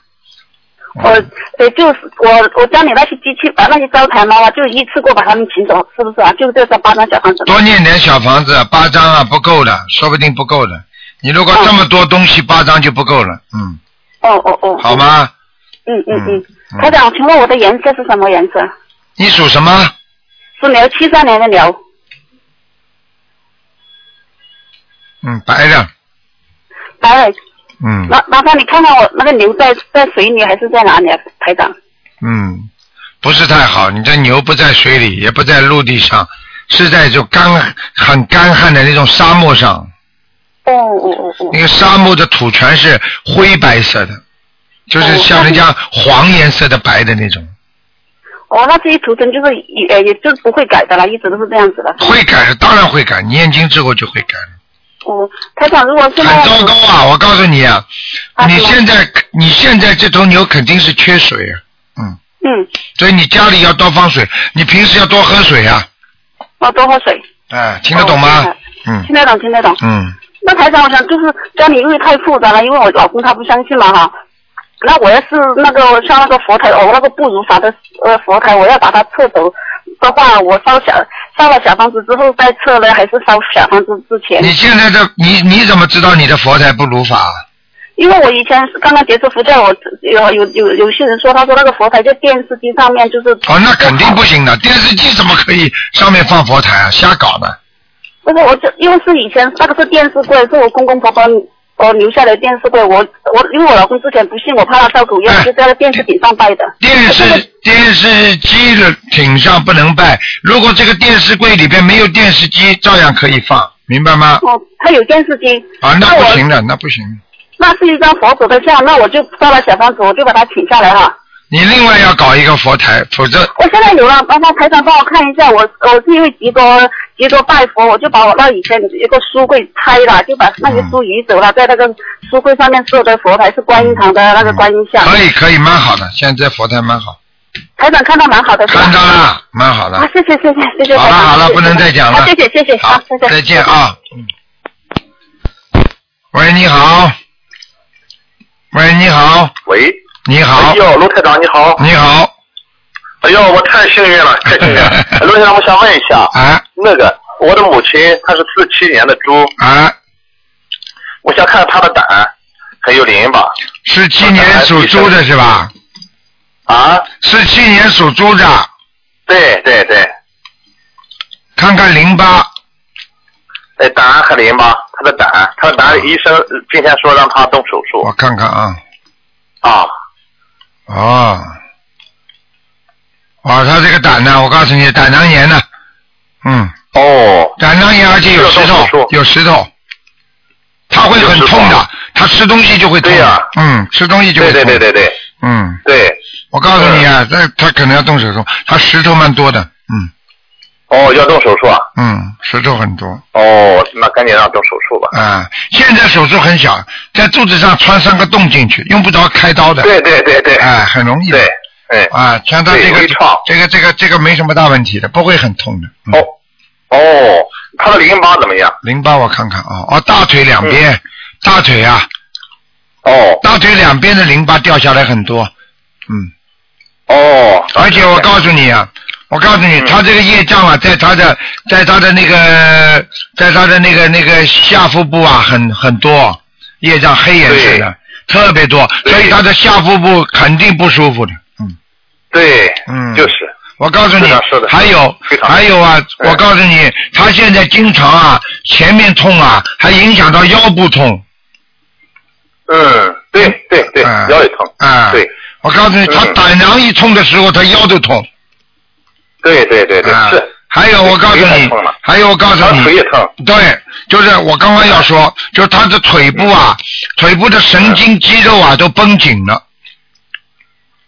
S4: 我
S1: 哦
S4: 呃，就是我我家里那些机器把那些招财猫啊，就一次过把它们请走，是不是啊？就这张八张小房子。
S1: 多念点小房子，八张啊不够的，说不定不够的。你如果这么多东西，八张就不够了，嗯，
S4: 哦哦哦。
S1: 好？吗？
S4: 嗯嗯嗯
S1: 嗯。
S4: 台长，请问我的颜色是什么颜色？
S1: 你属什么？
S4: 是牛，七三年的牛，
S1: 嗯，白的，
S4: 白的。
S1: 嗯
S4: 麻麻烦你看看我那个牛在在水里还是在哪里啊，台长？
S1: 嗯，不是太好。你这牛不在水里，也不在陆地上，是在就干很干旱的那种沙漠上。
S4: 哦哦哦哦，
S1: 那个沙漠的土全是灰白色的，就是像人家黄颜色的白的那种。
S4: 哦，那这些图腾就是也呃也就不会改的了，一直都是这样子的。
S1: 会改的，当然会改。念经之后就会改了。
S4: 哦，台长，如果现在
S1: 很糟糕啊！我告诉你啊，
S4: 啊
S1: 你
S4: 什么
S1: 现在你现在这头牛肯定是缺水啊，嗯，
S4: 嗯，
S1: 所以你家里要多放水，你平时要多喝水啊，
S4: 我哦多喝水。
S1: 哎，听得懂吗
S4: 哦？
S1: 嗯
S4: 听得懂，听得懂。
S1: 嗯，
S4: 那台长，我想就是家里因为太复杂了，因为我老公他不相信嘛哈。那我要是那个像那个佛台，哦，那个不如法的呃佛台，我要把它撤走的话，我烧小烧了小房子之后再撤呢，还是烧小房子之前？
S1: 你现在的你你怎么知道你的佛台不如法啊？
S4: 因为我以前是刚刚接触佛教，我有有有有些人说，他说那个佛台在电视机上面就是
S1: 哦，那肯定不行的，
S4: 啊
S1: 电视机怎么可以上面放佛台啊？瞎搞呢！
S4: 不是，我就因为是以前那个是电视柜，是我公公婆婆我留下来的电视柜，我我因为我老公之前不信，我怕他烧狗药
S1: 哎，
S4: 就在那电视顶上拜的。
S1: 电
S4: 这个
S1: 视电视机的顶上不能拜，如果这个电视柜里边没有电视机，照样可以放，明白吗？
S4: 哦，他有电视机，
S1: 啊，那
S4: 那
S1: 不
S4: 我
S1: 行的，那不行。
S4: 那是一张佛祖的像，那我就烧了小房子，我就把它请下来哈。
S1: 你另外要搞一个佛台，否则
S4: 我现在有了，麻烦台长帮我看一下，我我是因为急多急多拜佛，我就把我那以前一个书柜拆了，就把那些书移走了，在那个书柜上面设的佛台是观音堂的那个观音像。
S1: 可以可以，蛮好的，现在佛台蛮好，
S4: 台长看到蛮好的，是吧
S1: 看到了，蛮好的。
S4: 啊，谢谢谢谢谢谢。
S1: 好了好了，
S4: 谢谢
S1: 不能再讲了
S4: 啊。谢谢谢谢，
S1: 好
S4: 好，再，见
S1: 再见啊。嗯。喂，你好。喂，你好，
S6: 喂，
S1: 你好
S6: 哎，呦，卢台长你好，
S1: 你好，。
S6: 哎呦，我太幸运了，太幸运了
S1: (laughs)
S6: 卢台长，我想问一下，
S1: 啊
S6: 那个我的母亲她是四七年的猪，
S1: 啊，
S6: 我想看看她的胆还有淋巴
S1: 是七年属猪的是吧？
S6: 啊，
S1: 是七年属猪的，
S6: 对对对，
S1: 看看淋巴，
S6: 哎，胆和淋巴，她的胆，她的
S1: 啊
S6: 胆，医生今天说让她动手术
S1: 我看看啊，
S6: 啊，
S1: 哦，哦，他这个胆呢，我告诉你，胆囊炎呢，嗯，
S6: 哦，
S1: 胆囊炎，而且有石
S6: 这个
S1: 头
S6: 动手术，
S1: 有石头，他会很
S6: 有石头
S1: 痛的，他吃东西就会痛。
S6: 对呀
S1: 嗯，吃东西就会
S6: 对
S1: 痛。
S6: 对对对对
S1: 嗯，
S6: 对，
S1: 我告诉你
S6: 呃
S1: 啊，他他可能要动手术，他石头蛮多的。嗯
S6: 哦，要动手术啊，
S1: 嗯，石头很多
S6: 哦，那赶紧让动手术吧。
S1: 啊。现在手术很小，在肚子上穿三个洞进去，用不着开刀的。
S6: 对对对对，
S1: 哎，很容易的
S6: 对，哎，
S1: 啊，像他
S6: 对
S1: 这个
S6: 微创
S1: 这个这个这个没什么大问题的，不会很痛的。嗯
S6: 哦哦，她的淋巴怎么样？
S1: 淋巴我看看啊，哦，大腿两边，
S6: 嗯
S1: 大腿啊，
S6: 哦
S1: 大腿两边的淋巴掉下来很多，嗯，
S6: 哦，
S1: 而且我告诉你啊，我告诉你，
S6: 嗯
S1: 他这个业障啊，在他的，在他的那个，在他的那个那个下腹部啊，很很多业障，黑颜色的特别多，
S6: 对
S1: 所以他的下腹部肯定不舒服的。嗯，
S6: 对，
S1: 嗯
S6: 就是，
S1: 我告诉你
S6: 是的是，的
S1: 还有
S6: 非常
S1: 还有啊，
S6: 对
S1: 我告诉你，他现在经常啊，前面痛啊，还影响到腰部痛
S6: 嗯，对对对，
S1: 嗯
S6: 腰也疼，
S1: 啊。
S6: 对，
S1: 我告诉你，他
S6: 嗯
S1: 胆囊一痛的时候，他腰都痛。
S6: 对对对对，
S1: 啊
S6: 是，
S1: 还有我告诉
S6: 腿也
S1: 你
S6: 痛了，
S1: 还有我告诉
S6: 他
S1: 你，
S6: 腿也疼，
S1: 对，就是我刚刚要说，就是他的腿部啊，腿部的神经肌肉啊都绷紧了，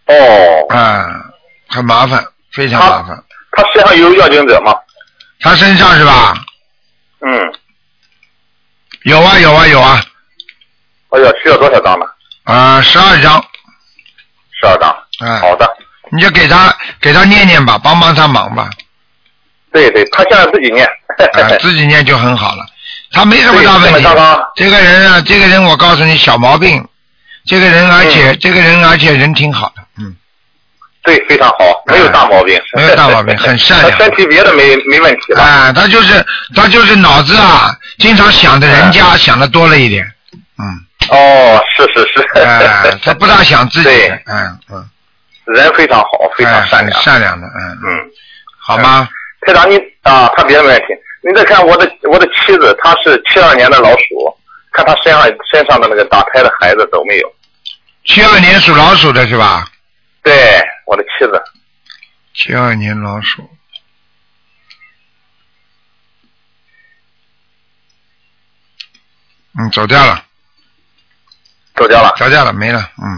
S6: 哦，
S1: 啊，很麻烦，非常麻烦。
S6: 他身上有药精者吗？
S1: 他身上是吧？
S6: 嗯，
S1: 有啊有啊有啊，
S6: 哎呀，需要多少张呢？
S1: 啊，十二张，
S6: 十二张，
S1: 嗯
S6: 好的，
S1: 你就给他给他念念吧，帮帮他忙吧，
S6: 对对，他现在自己念， (laughs)
S1: 啊，自己念就很好了。他没什么大问
S6: 对
S1: 题
S6: 现在刚刚，
S1: 这个人啊，这个人我告诉你，小毛病，这个人而且、这个人而且人挺好的，嗯。
S6: 对，非常好，没有大毛病，
S1: 没有大毛病很善良
S6: (laughs) 他身体别的没没问题了，
S1: 啊，他就是他就是脑子啊，经常想着人家，想的多了一点，嗯，
S6: 哦，是是
S1: 啊，
S6: 是，
S1: 他不大想自己
S6: 对
S1: 的，嗯嗯，
S6: (laughs) 人非常好，非
S1: 哎
S6: 常善
S1: 很
S6: 良，
S1: 善良的，嗯，
S6: 嗯，
S1: 好吗？
S6: 台长你啊，看别的没问题，你再看我的我的妻子，她是七二年的老鼠，看她身上身上的那个打胎的孩子走没有？
S1: 七二年属老鼠的是吧？
S6: 对，我的妻子，
S1: 七二年老鼠。嗯，走掉了，
S6: 走掉了
S1: 走掉了，没了。嗯，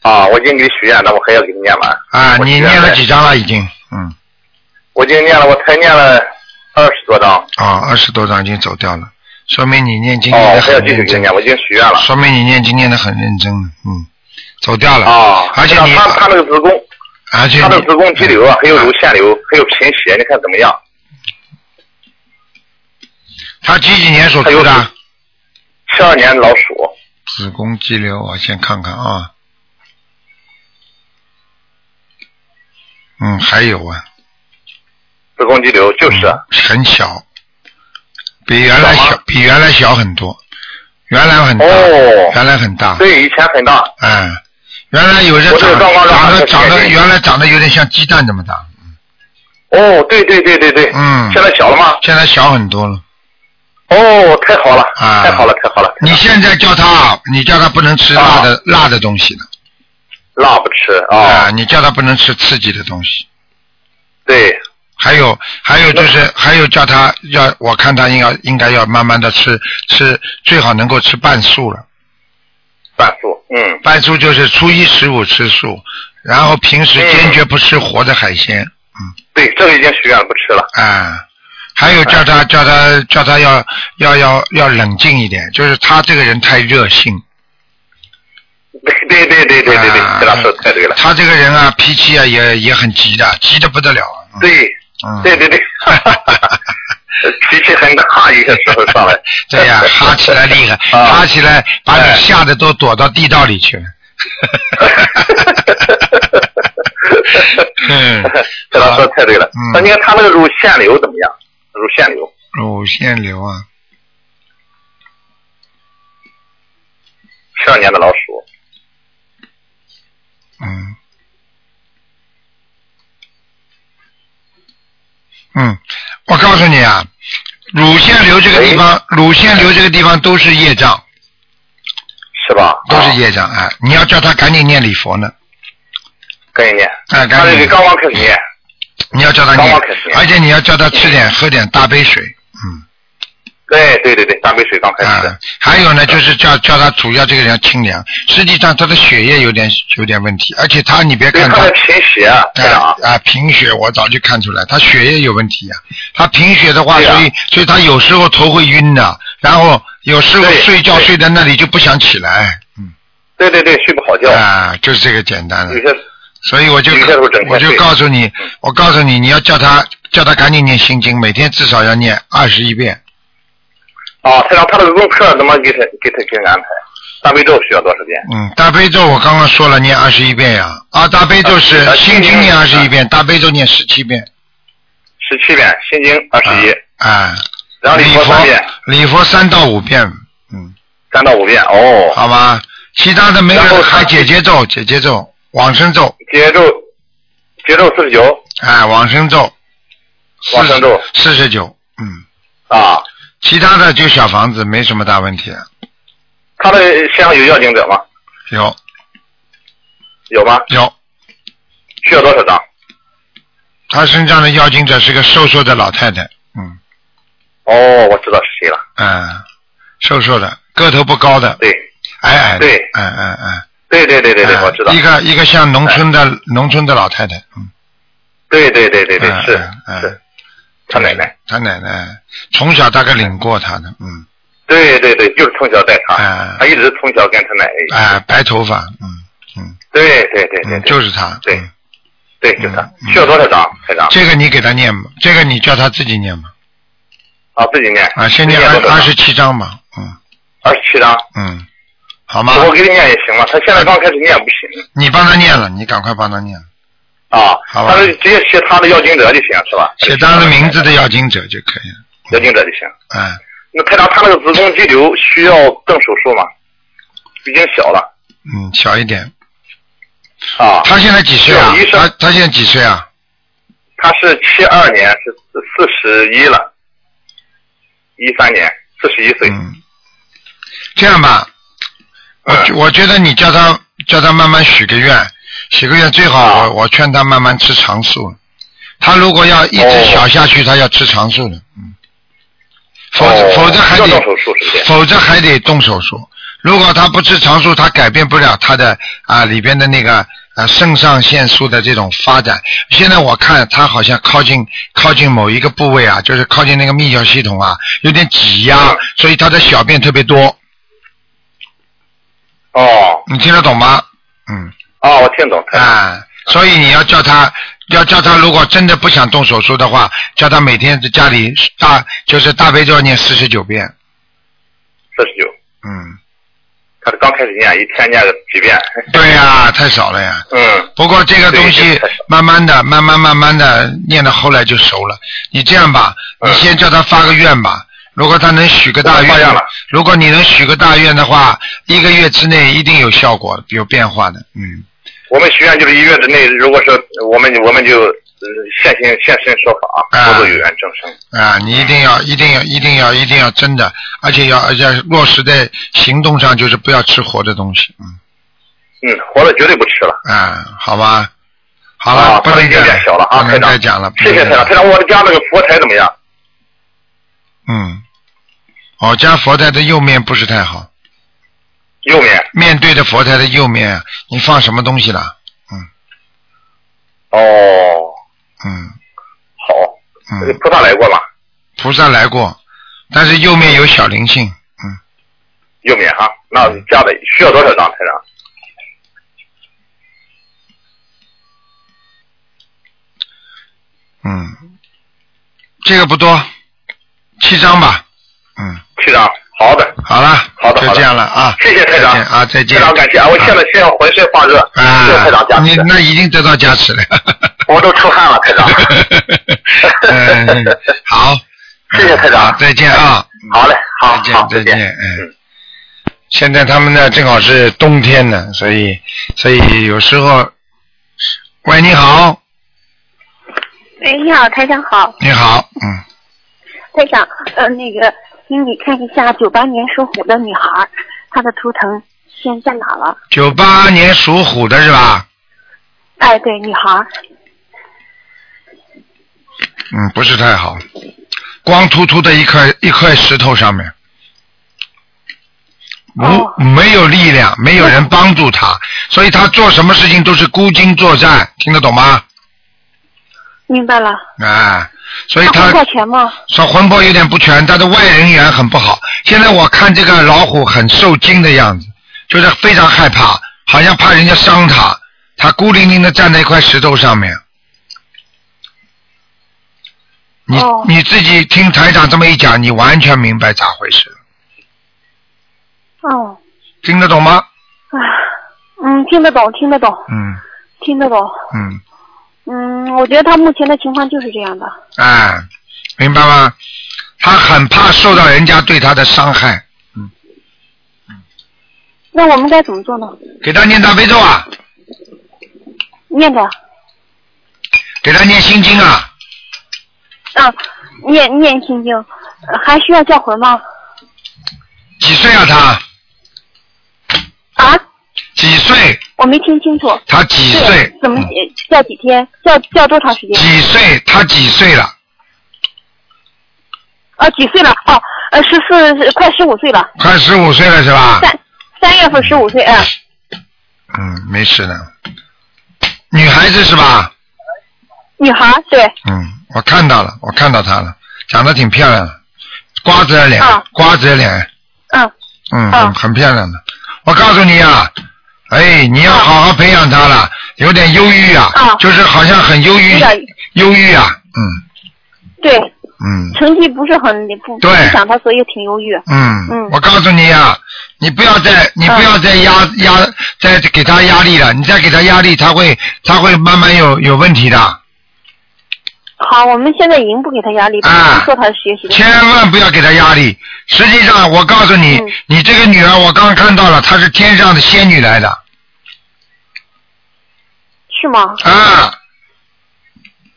S6: 啊，我已经给你许愿了，我还要给你念完。
S1: 啊，
S6: 我
S1: 你
S6: 许愿
S1: 念了
S6: 呗
S1: 几张了？已经，嗯，
S6: 我已经念了，我才念了二十多章。
S1: 哦，二十多张已经走掉了，说明你念经
S6: 哦，
S1: 念
S6: 我
S1: 的
S6: 还要
S1: 很
S6: 继续
S1: 认
S6: 给你
S1: 真，
S6: 念，我已经许愿了。
S1: 说明你念经念的很认真，嗯，走掉了，
S6: 啊，
S1: 而且
S6: 那
S1: 你
S6: 他他那个子宫，
S1: 而且
S6: 他的
S1: 你嗯
S6: 子宫肌瘤啊，还有乳腺瘤，还有贫血，你看怎么样？
S1: 他几几年属
S6: 他有
S1: 猪的？
S6: 七二年老鼠，
S1: 子宫肌瘤，我先看看啊。嗯，还有啊，
S6: 子宫肌瘤就是啊
S1: 嗯很小，比原来
S6: 小
S1: 小
S6: 吗，
S1: 比原来小很多，原来很大，
S6: 哦
S1: 原来很大，
S6: 对，以前很大，
S1: 嗯，原来有些
S6: 我这
S1: 长
S6: 个刚刚
S1: 长
S6: 让
S1: 得
S6: 他
S1: 长
S6: 看
S1: 得
S6: 见
S1: 原来长得有点像鸡蛋这么大，
S6: 哦，对对对对对，
S1: 嗯
S6: 现在小了吗？
S1: 现在小很多了。
S6: 哦，太好了，
S1: 啊
S6: 太好了，太好了，
S1: 你现在叫他，你叫他不能吃辣
S6: 啊
S1: 的、辣的东西了
S6: 辣不吃
S1: 啊、
S6: 啊，
S1: 你叫他不能吃刺激的东西。
S6: 对，
S1: 还有还有就是还有叫他要，我看他应该应该要慢慢的吃吃，最好能够吃半素了。
S6: 半素，嗯，
S1: 半素就是初一十五吃素，然后平时
S6: 嗯
S1: 坚决不吃活的海鲜
S6: 对，这个已经许愿了，不吃了，
S1: 啊、还有叫他叫他叫他要要要要冷静一点，就是他这个人太热性，
S6: 对对对对对对对，
S1: 啊
S6: 这俩说的太对了，
S1: 他这个人啊脾气啊也也很急的，急得不得了。嗯
S6: 对
S1: 嗯
S6: 对对对， (laughs) 脾气很大，有些时候
S1: (laughs)
S6: 上来，
S1: 对呀、哈起来厉害，
S6: 啊
S1: 哈起来把
S6: 哎
S1: 你吓得都躲到地道里去了。嗯，
S6: 这俩说的太对了
S1: 嗯，
S6: 那你看他那个乳腺瘤怎么样？乳腺瘤，
S1: 乳腺瘤啊，
S6: 七二年的老鼠，
S1: 嗯，嗯，我告诉你啊，乳腺瘤这个地方，乳腺瘤这个地方都是业障，
S6: 是吧？
S1: 都是
S6: 啊
S1: 业障啊！你要叫他赶紧念礼佛呢，
S6: 跟人念，
S1: 啊，
S6: 他
S1: 赶紧
S6: 这个
S1: 念，
S6: 刚刚开始念，
S1: 你要叫他念
S6: 刚刚开始，念
S1: 而且你要叫他吃点喝点大杯水，嗯。
S6: 对对对对，大杯水刚开始
S1: 啊，还有呢，
S6: 嗯
S1: 就是叫叫他主要这个人要清凉，实际上他的血液有点有点问题，而且他你别
S6: 对
S1: 看
S6: 他
S1: 他
S6: 的贫血啊，对
S1: 啊
S6: 啊，
S1: 啊贫血，我早就看出来，他血液有问题呀、他贫血的话，
S6: 对啊
S1: 所以所以他有时候头会晕的、然后有时候
S6: 对
S1: 睡觉
S6: 对
S1: 睡在那里就不想起来，
S6: 对对对，嗯睡不好觉，
S1: 啊，就是这个简单了
S6: 有。些
S1: 所以我就
S6: 有些时候整嗯天
S1: 我就
S6: 睡
S1: 告诉你，我告诉你，你要叫他叫他赶紧念心经，每天至少要念二十一遍。
S6: 啊，他让他的功课怎么给他给他给他安排？大悲咒需要多少遍？
S1: 嗯，大悲咒我刚刚说了，念二十一遍呀、啊。大悲咒是
S6: 啊
S1: 心经念二十
S6: 啊
S1: 一遍，大悲咒念十七遍。
S6: 十七遍，心经二十一，
S1: 啊，
S6: 然后礼
S1: 礼
S6: 佛三遍，
S1: 礼佛三到五遍，嗯，
S6: 三到五遍，哦，
S1: 好吧。其他的没
S6: 然后
S1: 有，
S6: 他
S1: 还解结咒、解结咒、往生咒，
S6: 节咒节咒四十九
S1: 哎，往生咒，
S6: 往生咒
S1: 四十九，嗯，
S6: 啊，
S1: 其他的就小房子没什么大问题，
S6: 他的身上有药精者吗？
S1: 有
S6: 有吗？
S1: 有。
S6: 需要多少张？
S1: 他身上的妖精者是个瘦瘦的老太太，嗯，
S6: 哦，我知道是谁了，
S1: 啊，瘦瘦的，个头不高的，
S6: 对
S1: 矮矮的，
S6: 对
S1: 嗯嗯嗯。
S6: 对对对对对，
S1: 啊
S6: 我知道哎
S1: 一，个一个像农村的、农村的老太太，嗯，
S6: 对对对对对
S1: 嗯，
S6: 是
S1: 嗯
S6: 是，他奶奶，，
S1: 他奶奶从小大概领过他的，嗯，
S6: 对对对，就是从小带他，
S1: 啊
S6: 他一直从小跟他奶奶一起，
S1: 哎、白头发，嗯嗯
S6: 对对对对
S1: 嗯，
S6: 对，
S1: 就是他，
S6: 对
S1: 嗯
S6: 对，就是他
S1: 嗯，嗯嗯
S6: 需要多少张？台长
S1: 这个你给他念吧，这个你叫他自己念吧，
S6: 啊，自己念
S1: 啊，先
S6: 自己
S1: 念
S6: 念
S1: 二
S6: 多少
S1: 二
S6: 张
S1: 十七章吧，嗯
S6: 二十七张，
S1: 嗯，好吗？
S6: 啊我给你念也行了，他现在刚开始念不行
S1: 你帮他念了，你赶快帮他念，
S6: 啊，
S1: 啊好吧
S6: 他是直接写他的要经者就行是吧？
S1: 写他的名字的要经者就可以了，
S6: 要经者就行。
S1: 哎、
S6: 那台长，他那个子宫肌瘤需要动手术吗？已经小了
S1: 嗯，小一点，
S6: 啊，
S1: 他现在几岁啊
S6: 有医？生
S1: 他他现在几岁啊？
S6: 他是七二年，是四十一了，一三年四十一岁。
S1: 嗯，这样吧，我
S6: 嗯
S1: 觉我觉得你叫他叫他慢慢许个愿，许个愿最好我我劝他慢慢吃长素，他如果要一直
S6: 哦
S1: 小下去，他要吃长素的，嗯，否则、
S6: 哦
S1: 否则还
S6: 要
S1: 得
S6: 动手术是不是
S1: 否则还得动手术。如果他不吃长素，他改变不了他的啊、里边的那个啊肾上腺素的这种发展。现在我看他好像靠近靠近某一个部位啊，就是靠近那个泌尿系统啊，有点挤压、
S6: 嗯
S1: 所以他的小便特别多。
S6: 哦
S1: 你听得懂吗？嗯，
S6: 哦，我听懂。台长
S1: 啊，所以你要叫他，要叫他，如果真的不想动手术的话，叫他每天在家里大就是大悲咒念四十九遍，
S6: 四十九，
S1: 嗯，
S6: 他刚开始念，一天念个几遍。
S1: 对呀、太少了呀。
S6: 嗯，
S1: 不过这个东
S6: 对
S1: 西
S6: 太少
S1: 慢慢的、慢慢、慢慢的念到后来就熟了。你这样吧，
S6: 嗯
S1: 你先叫他发个愿吧。如果他能许个大
S6: 我发愿
S1: 愿
S6: 了，
S1: 如果你能许个大愿的话，一个月之内一定有效果、有变化的。嗯，
S6: 我们学院就是一月之内，如果说我们我们就呃现行现身说法，
S1: 啊
S6: 佛度有缘众生。
S1: 啊，你一定要、一定要、一定要、一定要真的，而且要而且要落实在行动上，就是不要吃活的东西。嗯，
S6: 嗯，活了绝对不吃了。
S1: 啊，好吧，好了，
S6: 啊，
S1: 不
S6: 他的
S1: 能
S6: 已经
S1: 再
S6: 变小了
S1: 不
S6: 啊，台
S1: 能
S6: 长。
S1: 再讲了。不
S6: 谢
S1: 能
S6: 谢
S1: 再
S6: 台长，台
S1: 讲了
S6: 长，我家那个佛台怎么样？
S1: 嗯，我家佛台的右面不是太好，
S6: 右面。
S1: 面对着佛台的右面，你放什么东西了？
S6: 哦，
S1: 嗯
S6: 好。
S1: 嗯，
S6: 菩萨来过吧？
S1: 菩萨来过，但是右面有小灵性。嗯，
S6: 右面哈，那家的需要多少张台长？
S1: 嗯，这个不多，七张吧。嗯，
S6: 七张。好的，
S1: 好了，
S6: 好的好
S1: 就
S6: 的
S1: 这样了啊。
S6: 谢谢台
S1: 再
S6: 长
S1: 见。啊，再见。
S6: 非常感谢啊！我现在现在浑身发热，谢谢台长
S1: 啊，
S6: 加
S1: 你
S6: 持，
S1: 那一定得到加持
S6: (laughs)
S1: 了。
S6: 我都出汗
S1: (laughs)
S6: 了，台长。
S1: 嗯，好，
S6: 谢谢台长哎
S1: 好再见啊，
S6: 好嘞，好
S1: 再见
S6: 好，，
S1: 再
S6: 见
S1: 见，。嗯。现在他们呢，正好是冬天呢，所以所以有时候，喂，你好，
S7: 哎，你好，台长好，
S1: 你好，嗯，
S7: 台长，呃，那个，请你看一下九八年属虎的女孩儿，她的图腾现在哪了？
S1: 九八年属虎的是吧？
S7: 哎，对，女孩儿，
S1: 嗯，不是太好，光秃秃的一块一块石头上面，无、
S7: 哦
S1: 没有力量，没有人帮助他，所以他做什么事情都是孤军作战，听得懂吗？
S7: 明白了，
S1: 啊，所以
S7: 她
S1: 他
S7: 魂魄全吗？
S1: 说魂魄有点不全，他的外人缘很不好。现在我看这个老虎很受惊的样子，就是非常害怕，好像怕人家伤他，他孤零零的站在一块石头上面。你、
S7: 哦
S1: 你自己听台长这么一讲，你完全明白咋回事，
S7: 哦，
S1: 听得懂吗？
S7: 啊，嗯，听得懂，听得懂，
S1: 嗯
S7: 听得懂，
S1: 嗯，
S7: 嗯，我觉得她目前的情况就是这样的。
S1: 哎，明白吗？他很怕受到人家对他的伤害，
S7: 那我们该怎么做呢？
S1: 给他念大悲咒啊，
S7: 念着，
S1: 给他念心经啊，
S7: 啊，念念心经，呃还需要叫魂吗？
S1: 几岁啊他？
S7: 啊，
S1: 几岁？
S7: 我没听清楚。
S1: 他几岁？
S7: 怎么
S1: 嗯
S7: 呃叫几天？叫叫多长时间？
S1: 几岁？他几岁了？
S7: 啊，几岁了？哦，呃，十四，快十五岁了，
S1: 快十五岁了是吧？
S7: 三三月份十五
S4: 呃
S7: 岁，嗯、
S1: 嗯，没事的。女孩子是吧？
S7: 女孩儿，对，
S1: 嗯，我看到了，我看到她了，长得挺漂亮的，瓜子脸，
S7: 啊
S1: 瓜子脸，
S7: 嗯，
S1: 嗯，
S7: 啊
S1: 很很漂亮的。我告诉你啊，哎，你要好好培养她了，有点忧郁啊，
S7: 啊
S1: 就是好像很忧郁
S7: 有，点
S1: 忧郁啊，嗯
S7: 对，
S1: 嗯
S7: 成绩不是很不不
S1: 对
S7: 影响她，所以挺忧郁。
S1: 嗯
S7: 嗯，啊
S1: 我告诉你啊，你不要再你不要再压压再给他压力了，你再给他压力，他会他会慢慢有有问题的，
S7: 好，我们现在已经不给她压力，不
S1: 啊
S7: 做她学习的。
S1: 千万不要给他压力。实际上，我告诉你，
S7: 嗯
S1: 你这个女儿，我刚刚看到了，她是天上的仙女来的
S7: 是吗？
S1: 啊，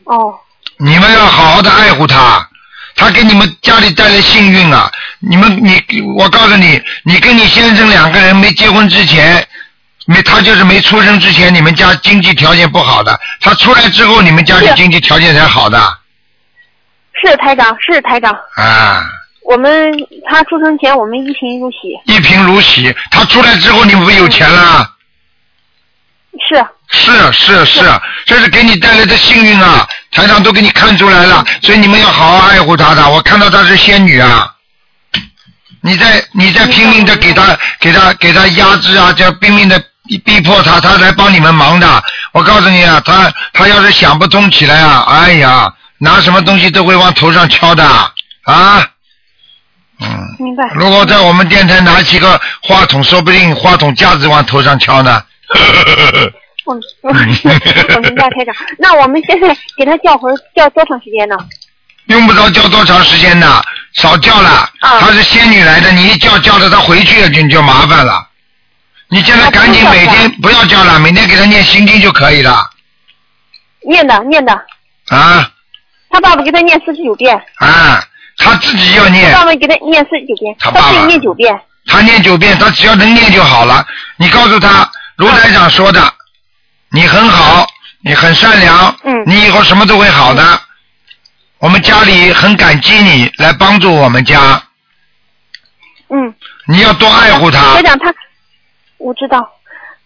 S7: 哦，
S1: 你们要好好的爱护他，他给你们家里带来幸运啊！你们你我告诉你，你跟你先生两个人没结婚之前，没他就是没出生之前，你们家经济条件不好的，他出来之后，你们家里
S4: 是
S1: 经济条件才好的
S4: 是台长，是台长。
S1: 啊。
S4: 我们他出生前，我们一贫如洗。
S1: 一贫如洗，他出来之后，你们不有钱啦？
S4: 是
S1: 是啊是是，这是给你带来的幸运啊！台长都给你看出来了，所以你们要好好爱护她的。我看到她是仙女啊，你在你在拼命的给她给她给她压制啊，就拼命的逼迫她，她来帮你们忙的。我告诉你啊，她她要是想不通起来啊，哎呀，拿什么东西都会往头上敲的啊。嗯，
S4: 明白。
S1: 如果在我们电台拿起个话筒，说不定话筒架子往头上敲呢。
S4: 我我我明白台长。那我们现在给他叫魂儿叫多长时间呢？
S1: 用不着叫多长时间的，少叫了。
S4: 啊
S1: 她是仙女来的，你一叫叫着她回去了，就你就麻烦了。你现在赶紧
S4: 那不
S1: 每
S4: 用叫
S1: 天不要叫了，每天给她念心经就可以了
S4: 念的念的，
S1: 啊
S4: 他爸爸给他念四十九遍，
S1: 啊！她自己要念
S4: 他，爸爸给他念四十九遍，
S1: 他
S4: 他
S1: 爸爸
S4: 自己念九遍。
S1: 她念九遍，她只要能念就好了。你告诉她，卢台长说的，你很好，你很善良，
S4: 嗯
S1: 你以后什么都会好的。我们家里很感激你来帮助我们家，
S4: 嗯，
S1: 你要多爱护她
S4: 台。长他，我知道。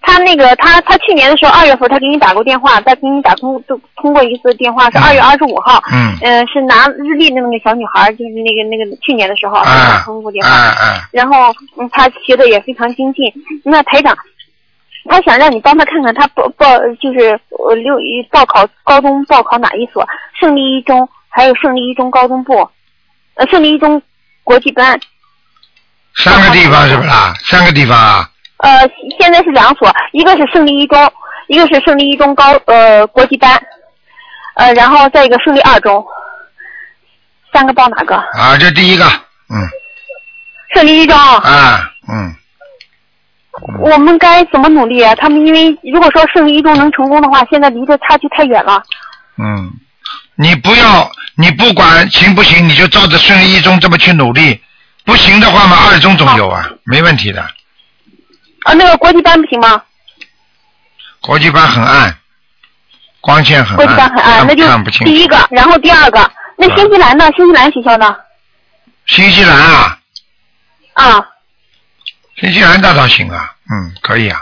S4: 他那个，他他去年的时候，二月份他给你打过电话，再给你打通都通过一次电话，是
S1: 嗯
S4: 二月二十五号，
S1: 嗯
S4: 呃，是拿日历的那个小女孩，就是那个那个去年的时候，
S1: 啊
S4: 通过电
S1: 啊
S4: 话，
S1: 啊！
S4: 然后嗯，他学的也非常精进。那台长，他想让你帮他看看他报报就是呃六一报考高中报考哪一所，胜利一中还有胜利一中高中部，呃胜利一中国际班，
S1: 三个地方是不是啦？三个地方啊？
S4: 呃现在是两所，一个是胜利一中，一个是胜利一中高呃国际班，呃然后再一个胜利二中，三个报哪个？
S1: 啊，这第一个，嗯，
S4: 胜利一中。
S1: 啊，嗯，
S4: 我们该怎么努力啊？他们因为如果说胜利一中能成功的话，现在离这差距太远了。
S1: 嗯，你不要，你不管行不行，你就照着顺利一中这么去努力。不行的话嘛，二中总有啊，没问题的。
S4: 啊，那个国际班不行吗？
S1: 国际班很暗，光线很
S4: 国
S1: 暗，
S4: 际班很暗，
S1: 看
S4: 那就
S1: 看嗯不嗯
S4: 第
S1: 清。
S4: 一个，然后第二个。那新西兰呢？新西兰学校呢？
S1: 新西兰啊，
S4: 啊，
S1: 新西兰倒倒行啊，嗯，可以啊。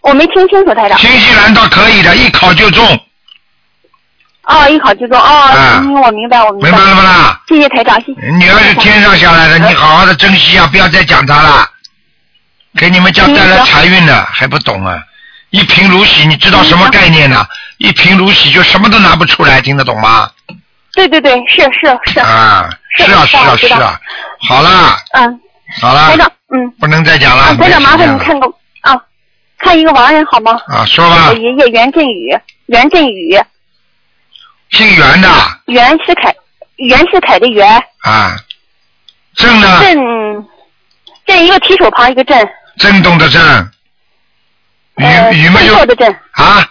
S4: 我没听清楚，台长。
S1: 新西兰倒可以的，一考就中，
S4: 哦，一考就中。哦，
S1: 啊
S4: 嗯，我明白，我明
S1: 明
S4: 白。
S1: 白了不嗯啦？
S4: 谢谢台长，谢谢。
S1: 你要是天上下来的，你好好的珍惜啊，不要再讲他了，给你们家带来财运呢，还不懂啊？一贫如洗，你知道什么概念呢、一贫如洗就什么都拿不出来，听得懂吗？
S4: 对对对，是是是，
S1: 啊，是啊，
S4: 是
S1: 是啊，
S4: 我知
S1: 是
S4: 道
S1: 啊，好啦，
S4: 嗯，
S1: 好
S4: 台
S1: 啦
S4: 长，，嗯，
S1: 不能再讲了
S4: 啊，，台
S1: 啊没
S4: 长，
S1: 时
S4: 麻
S1: 间
S4: 烦你
S1: 了
S4: 看个啊，看一个亡人好吗？
S1: 啊，说吧
S4: 我，爷爷袁振宇，袁振宇，
S1: 姓袁的
S4: 袁世凯，袁世凯的袁。
S1: 啊，震呢，
S4: 震震一个提手旁一个震，
S1: 震动的震，
S4: 呃，
S1: 雨雨嘛
S4: 振
S1: 就
S4: 作的振，
S1: 啊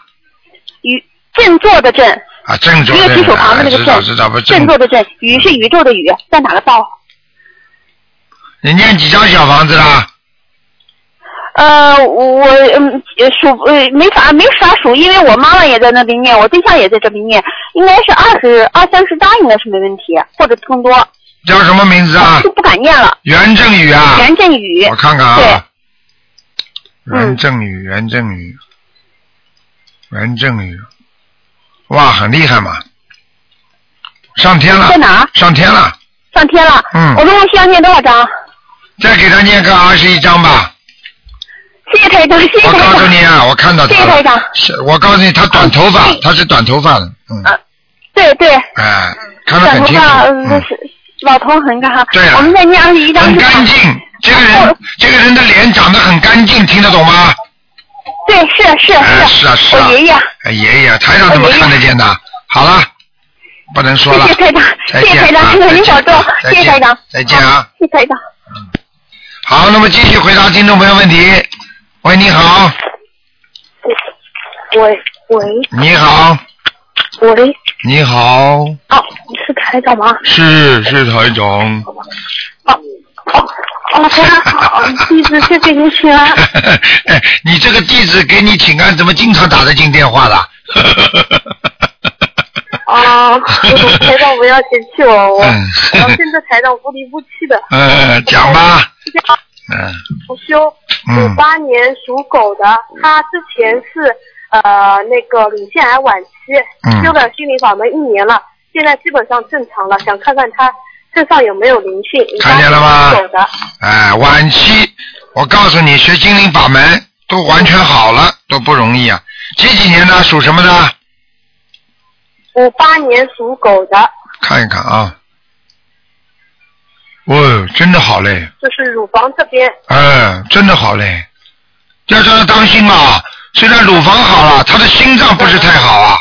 S4: 宇振作的振，
S1: 啊，震作
S4: 一个
S1: 的
S4: 提手旁的那
S1: 人，
S4: 个
S1: 知道
S4: 振，
S1: 知道不？
S4: 振作的振，宇是宇宙的宇，在哪个道？
S1: 你念几张小房子啦？
S4: 呃，我嗯呃数呃没法没法数，因为我妈妈也在那边念，我对象也在这边念，应该是二十二三十张，应该是没问题，或者更多，
S1: 啊叫什么名字啊？
S4: 就不敢念了。
S1: 袁振宇啊，
S4: 袁振宇，
S1: 我看看啊，
S4: 对嗯
S1: 袁振宇，袁振宇，袁振宇，哇，很厉害嘛，上天了
S4: 在，哪儿？
S1: 上天了，
S4: 上天了。
S1: 嗯
S4: 我们需要念多少张？
S1: 再给他念个二十一章吧。
S4: 谢谢台长，谢谢
S1: 我
S4: 台
S1: 告
S4: 长。
S1: 诉你啊，我看到
S4: 谢
S1: 他
S4: 谢台
S1: 了，
S4: 长。
S1: 是我告诉你，他短头发
S4: 啊，
S1: 他是短头发的，嗯，
S4: 啊对对，
S1: 哎，看得
S4: 短
S1: 很
S4: 头
S1: 清
S4: 发，
S1: 楚，
S4: 呃
S1: 嗯，
S4: 是老头很干哈。
S1: 对了
S4: 我们再念二十一章
S1: 很
S4: 是吧
S1: 干？净。这个
S4: 然
S1: 人
S4: 后，
S1: 这个人的脸长得很干净，听得懂吗？
S4: 对，是是
S1: 哎，
S4: (laughs) 是。
S1: 是啊，是啊。
S4: 我爷爷，
S1: 哎，爷爷，台长怎么看得见的？好了，不能说
S4: 谢
S1: 了
S4: 谢，台长，
S1: 再
S4: 谢谢
S1: 见
S4: 台
S1: 啊
S4: 长，您保重，
S1: 再
S4: 谢
S1: 见
S4: 谢台长，
S1: 再见啊！
S4: 谢谢台长。
S1: 好，那么继续回答听众朋友问题。喂，你好，
S4: 喂喂
S1: 你好，
S4: 喂，
S1: 你好，
S5: 哦，是台长吗？
S1: 是是台长，
S5: 哦，台长好，弟子谢谢您
S4: 啊
S5: 请安。
S1: (laughs) 哎，你这个弟子给你请安，怎么经常打得进电话 (laughs) 了？
S4: 哦
S5: 啊，台长不要嫌弃我，
S1: (laughs)
S5: 我
S1: 嗯
S5: 我跟着台长不离不弃的。
S1: 呃，讲吧，嗯
S5: 同修，
S1: 嗯
S5: 五八年属狗的，他之前是呃那个乳腺癌晚期
S1: 嗯，
S5: 修了心灵法门一年了，现在基本上正常了，想看看他身上有没有灵性。
S1: 看见了吗
S5: 58年属狗的，
S1: 哎，晚期，我告诉你，学心灵法门都完全好了，都不容易啊。几几年的？属什么的？
S5: 五八年属狗的，
S1: 看一看啊。哦，真的好嘞，
S5: 就是乳房这边，
S1: 哎，真的好嘞。要叫他当心啊，虽然乳房好了，他的心脏不是太好啊。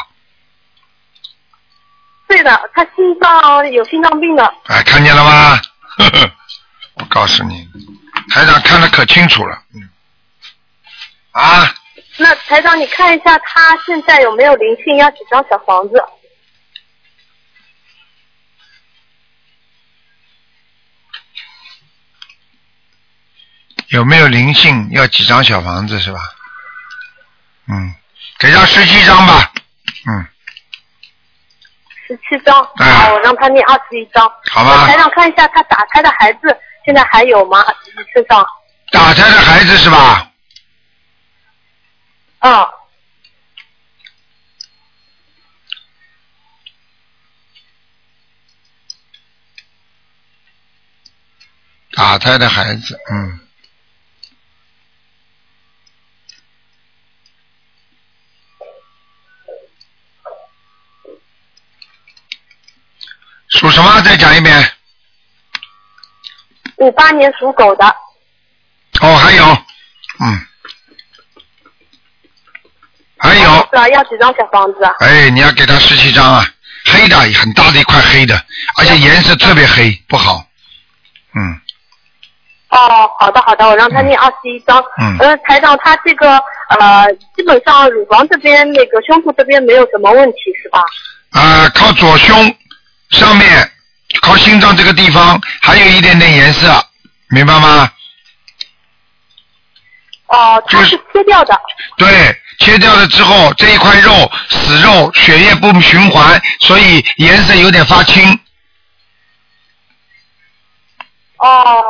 S5: 对的，他心脏有心脏病的，
S1: 哎，看见了吗？ (laughs) 呵呵，我告诉你，台长看得可清楚了。嗯。啊，
S5: 那台长，你看一下他现在有没有灵性，要几张小房子？
S1: 有没有灵性？要几张小房子是吧？嗯，给他十七张吧。嗯，
S5: 十七张，
S1: 哎
S5: 啊，我让他念二十一张。
S1: 好吧
S5: 台。长看一下他打胎的孩子现在还有吗？身上？
S1: 打胎的孩子是吧？
S5: 嗯，
S1: 打胎的孩子，嗯。属什么？再讲一遍。
S5: 五八年属狗的，
S1: 哦，还有，嗯，还有，
S5: 是啊，要几张
S4: (laughs)
S5: 小房子啊？
S1: 哎，你要给他十七张啊，黑的，很大的一块黑的，而且颜色特别黑，不好。嗯，
S5: 哦，好的好的，我让他念二十一张。
S1: 嗯
S5: 呃，台长，他这个呃，基本上乳房这边那个胸部这边没有什么问题是吧？
S1: 啊、靠左胸上面，靠心脏这个地方还有一点点颜色，明白吗？
S5: 哦，他
S1: 就是
S5: 是切掉的。
S1: 对，切掉了之后，这一块肉死肉，血液不循环，所以颜色有点发青，
S5: 哦，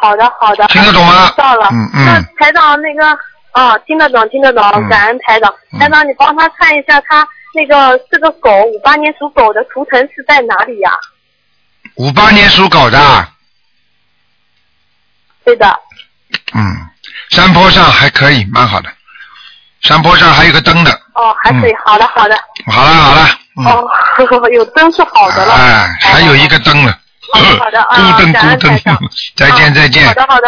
S5: 好的好的，
S1: 听得懂吗
S5: 知道了。
S1: 嗯嗯
S5: 那台长那个啊，听得懂听得懂
S1: 嗯，
S5: 感恩台长。
S1: 嗯
S5: 台长，你帮他看一下他那个这个狗五八年属狗的图腾是在哪里呀、
S1: 五八年属狗的。啊
S5: 对的。
S1: 嗯，山坡上还可以，蛮好的。山坡上还有个灯的，
S5: 哦，还可以，
S1: 嗯
S5: 好的好的。
S1: 好了好了，嗯，
S5: 哦， (laughs) 有灯是好的了。
S1: 哎，还有一个灯了，
S5: 好的好的啊
S1: 咕 (laughs) 噔
S5: 感
S1: 咕
S5: 恩台
S1: 噔
S5: 长，
S1: 再见再见
S5: 好，的好的。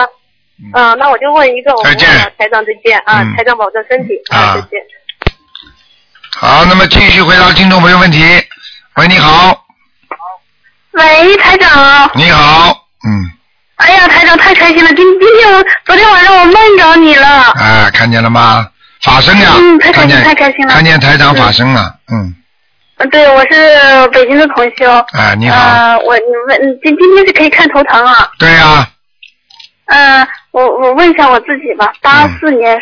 S5: 嗯，那我就问一个，我
S1: 再
S5: 们
S1: 见
S5: 台长再见啊
S1: 嗯，
S5: 台长保重身体
S1: 啊
S5: 再见。
S1: 好，那么继续回答听众朋友问题。喂，你好，
S2: 喂，台长，
S1: 你好，嗯，
S2: 哎呀，台长太开心了！今今天我昨天晚上我梦着你了，
S1: 哎，看见了吗？法身呀
S2: 嗯，太开
S1: 看
S2: 心
S1: 见
S2: 太开心了
S1: 看见台长法身了，嗯，
S2: 嗯，对，我是北京的同修，
S1: 哎，你好，
S2: 呃，我你问今今天是可以看头疼啊，
S1: 对呀，
S2: 嗯、我我问一下我自己吧，八四年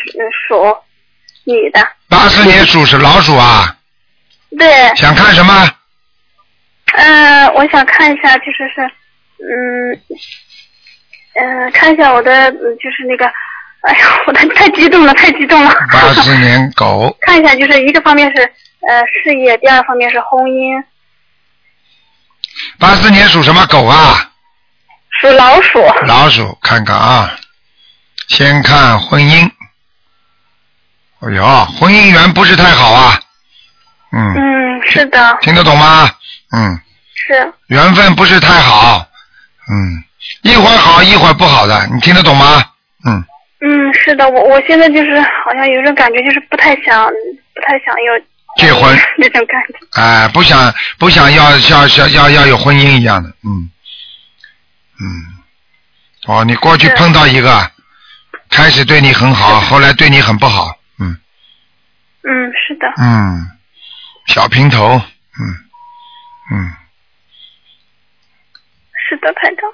S2: 属女的，
S1: 八四年属是老鼠啊，
S2: 对，
S1: 想看什
S5: (laughs)
S1: 么？
S2: 嗯、我想看一下，就是是，嗯，嗯、看一下我的，嗯就是那个，哎呀，我 (laughs) 太太激动了，太激动了。
S1: 八四年狗，
S2: 看一下，就是一个方面是呃事业，第二方面是婚姻。
S1: 八四年属什么狗啊？
S2: 属老鼠，
S1: 老鼠，看看啊，先看婚姻。哎呦，婚姻缘不是太好啊。嗯，
S2: 嗯，是的，
S1: 听得懂吗？嗯，
S2: 是，
S1: 缘分不是太好。嗯，一会儿好，一会儿不好的，你听得懂吗？嗯，
S2: 嗯，是的，我我现在就是好像有一种感觉，就是不太想，不太想要
S1: 结
S2: (laughs)
S1: 婚，
S2: 那种感觉。
S1: 哎、不想不想要要要要要有婚姻一样的，嗯，嗯，哦，你过去
S2: 是
S1: 碰到一个，开始对你很好，后来对你很不好，嗯。
S2: 嗯，是的，
S1: 嗯，小平头，嗯，嗯
S2: 是的，台长。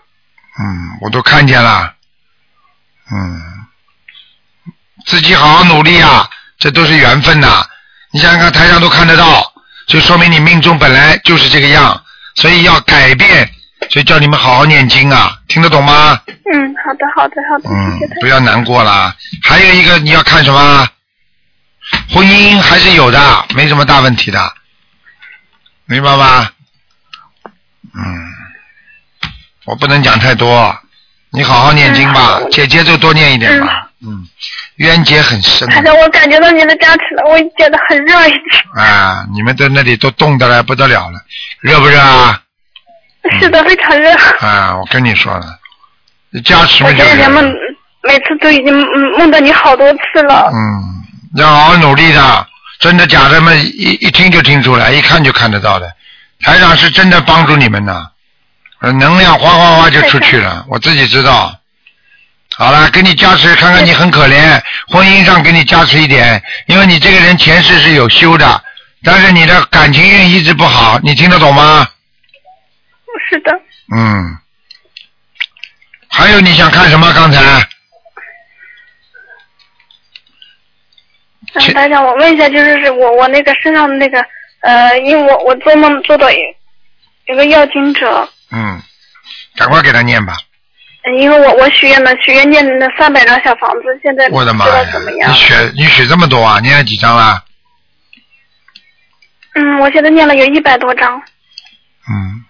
S1: 嗯，我都看见了。嗯，自己好好努力啊，这都是缘分呐、你想想看，台上都看得到，就说明你命中本来就是这个样，所以要改变，所以叫你们好好念经啊，听得懂吗？
S2: 嗯，好的，好的，好的，
S1: 嗯
S2: 谢谢，台
S1: 不
S2: 长。
S1: 要难过啦。还有一个你要看什么？婚姻还是有的，没什么大问题的，明白吧？嗯，我不能讲太多，你好好念经
S2: 嗯
S1: 吧，姐姐就多念一点吧。嗯，冤结很深
S2: (laughs)
S1: 啊
S2: 台长，我感觉到您的加持了，我觉得很热 (laughs) 一点。
S1: 啊，你们在那里都冻得来不得了了，热不热啊？
S2: 是的，非常热。
S1: 啊，我跟你说了，加持
S2: 我
S1: 嘛就
S2: 这
S4: 哎
S1: 热
S2: 两天
S1: 了
S2: 梦，每次都已经嗯梦到你好多次了。
S1: 嗯，要好好努力的，真的假的嘛，一一听就听出来，一看就看得到的。台长是真的帮助你们呢，呃能量哗哗哗就出去了，我自己知道。好了，给你加持，看看你很可怜，婚姻上给你加持一点，因为你这个人前世是有修的，但是你的感情运一直不好，你听得懂吗？
S2: 是的，
S1: 嗯。还有你想看什么？刚才
S2: 嗯，
S1: 是
S2: 啊台长，我问一下，就是是我我那个身上的那个呃，因为我我做梦做到有有个要经者，
S1: 嗯，赶快给他念吧。
S2: 嗯因为我我许愿了，许愿念的那三百张小房子，现在不
S1: 我
S2: 知
S1: 的妈
S2: 道
S1: 呀
S2: 怎么！样
S1: 你。血你血这么多啊？念了几张啦？
S2: 嗯，我现在念了有一百多张。
S1: 嗯。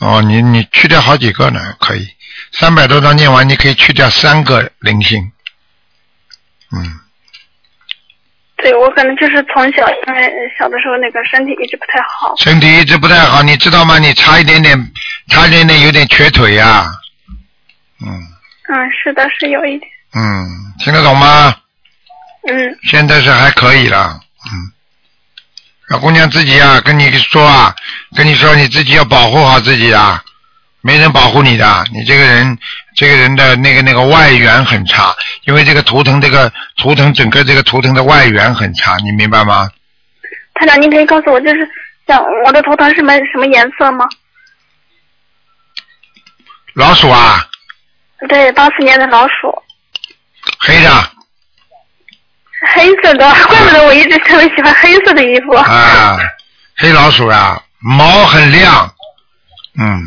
S1: 哦，你你去掉好几个呢，可以。三百多张念完，你可以去掉三个灵性。嗯，
S2: 对，我可能就是从小，因为呃小的时候那个身体一直不太好。
S1: 身体一直不太好，你知道吗？你差一点点，差一点点有点瘸腿啊呀、嗯
S2: 嗯，是的，是有一点。
S1: 嗯，听得懂吗？
S2: 嗯，
S1: 现在是还可以了，嗯。小姑娘自己啊，跟你说啊，跟你说你自己要保护好自己啊，没人保护你的，你这个人，这个人的那个那个外缘很差，因为这个图腾这个图腾整个这个图腾的外缘很差，你明白吗？
S2: 台长，您可以告诉我，就是像我的头疼是什么什么颜色吗？
S1: 老鼠啊，
S2: 对，八四年的老鼠，
S1: 黑的
S2: 黑色的， (laughs) 怪不得我一直特别喜欢黑色的衣服。 (laughs)
S1: 啊，黑老鼠啊，毛很亮，嗯，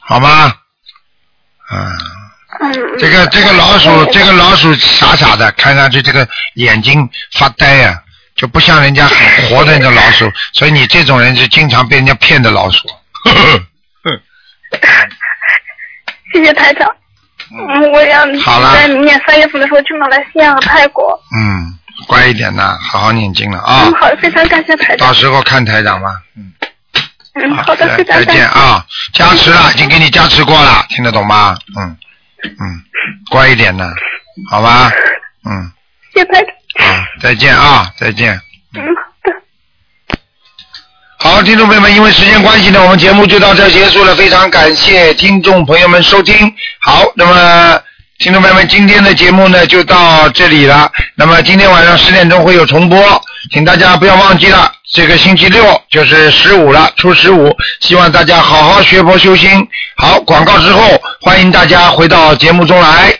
S1: 好吗？嗯。
S2: 嗯，
S1: 这个这个老鼠，这个老鼠傻傻的，看上去这个眼睛发呆呀、就不像人家很活的那个老鼠，所以你这种人是经常被人家骗的老鼠。呵呵
S2: (laughs) 谢谢台长。嗯，我想
S1: 好了
S2: 在明年三月份的时候去马来西亚和泰国。
S1: 嗯，乖一点呐，好好念经了啊
S2: 嗯，，好，非常感谢台
S1: 到
S2: 长。
S1: 时候看台长吧。嗯，
S2: 嗯，好的，非常
S1: 再
S2: 感谢
S1: 见。啊，加持了，已经给你加持过了，听得懂吗？嗯嗯，乖一点呐，好吧？嗯，
S2: 谢谢台长。
S1: 好，再见啊，再见。
S2: 嗯，好的。
S1: 好，听众朋友们，因为时间关系呢，我们节目就到这儿结束了。非常感谢听众朋友们收听。好，那么听众朋友们，今天的节目呢就到这里了。那么今天晚上十点钟会有重播，请大家不要忘记了，这个星期六就是十五了，初十五，希望大家好好学佛修心。好，广告之后，欢迎大家回到节目中来。